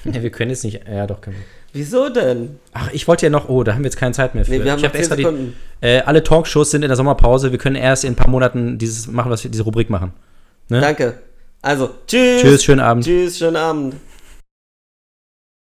[SPEAKER 3] Nee, wir können jetzt nicht. Ja, doch, können wir.
[SPEAKER 2] Wieso denn?
[SPEAKER 3] Ach, ich wollte ja noch. Oh, da haben wir jetzt keine Zeit mehr für.
[SPEAKER 2] Nee, wir haben
[SPEAKER 3] ich hab
[SPEAKER 2] noch 10 Sekunden.
[SPEAKER 3] die. Äh, alle Talkshows sind in der Sommerpause. Wir können erst in ein paar Monaten dieses machen, was wir diese Rubrik machen.
[SPEAKER 2] Danke. Also, tschüss.
[SPEAKER 3] Tschüss, schönen Abend.
[SPEAKER 2] Tschüss, schönen Abend.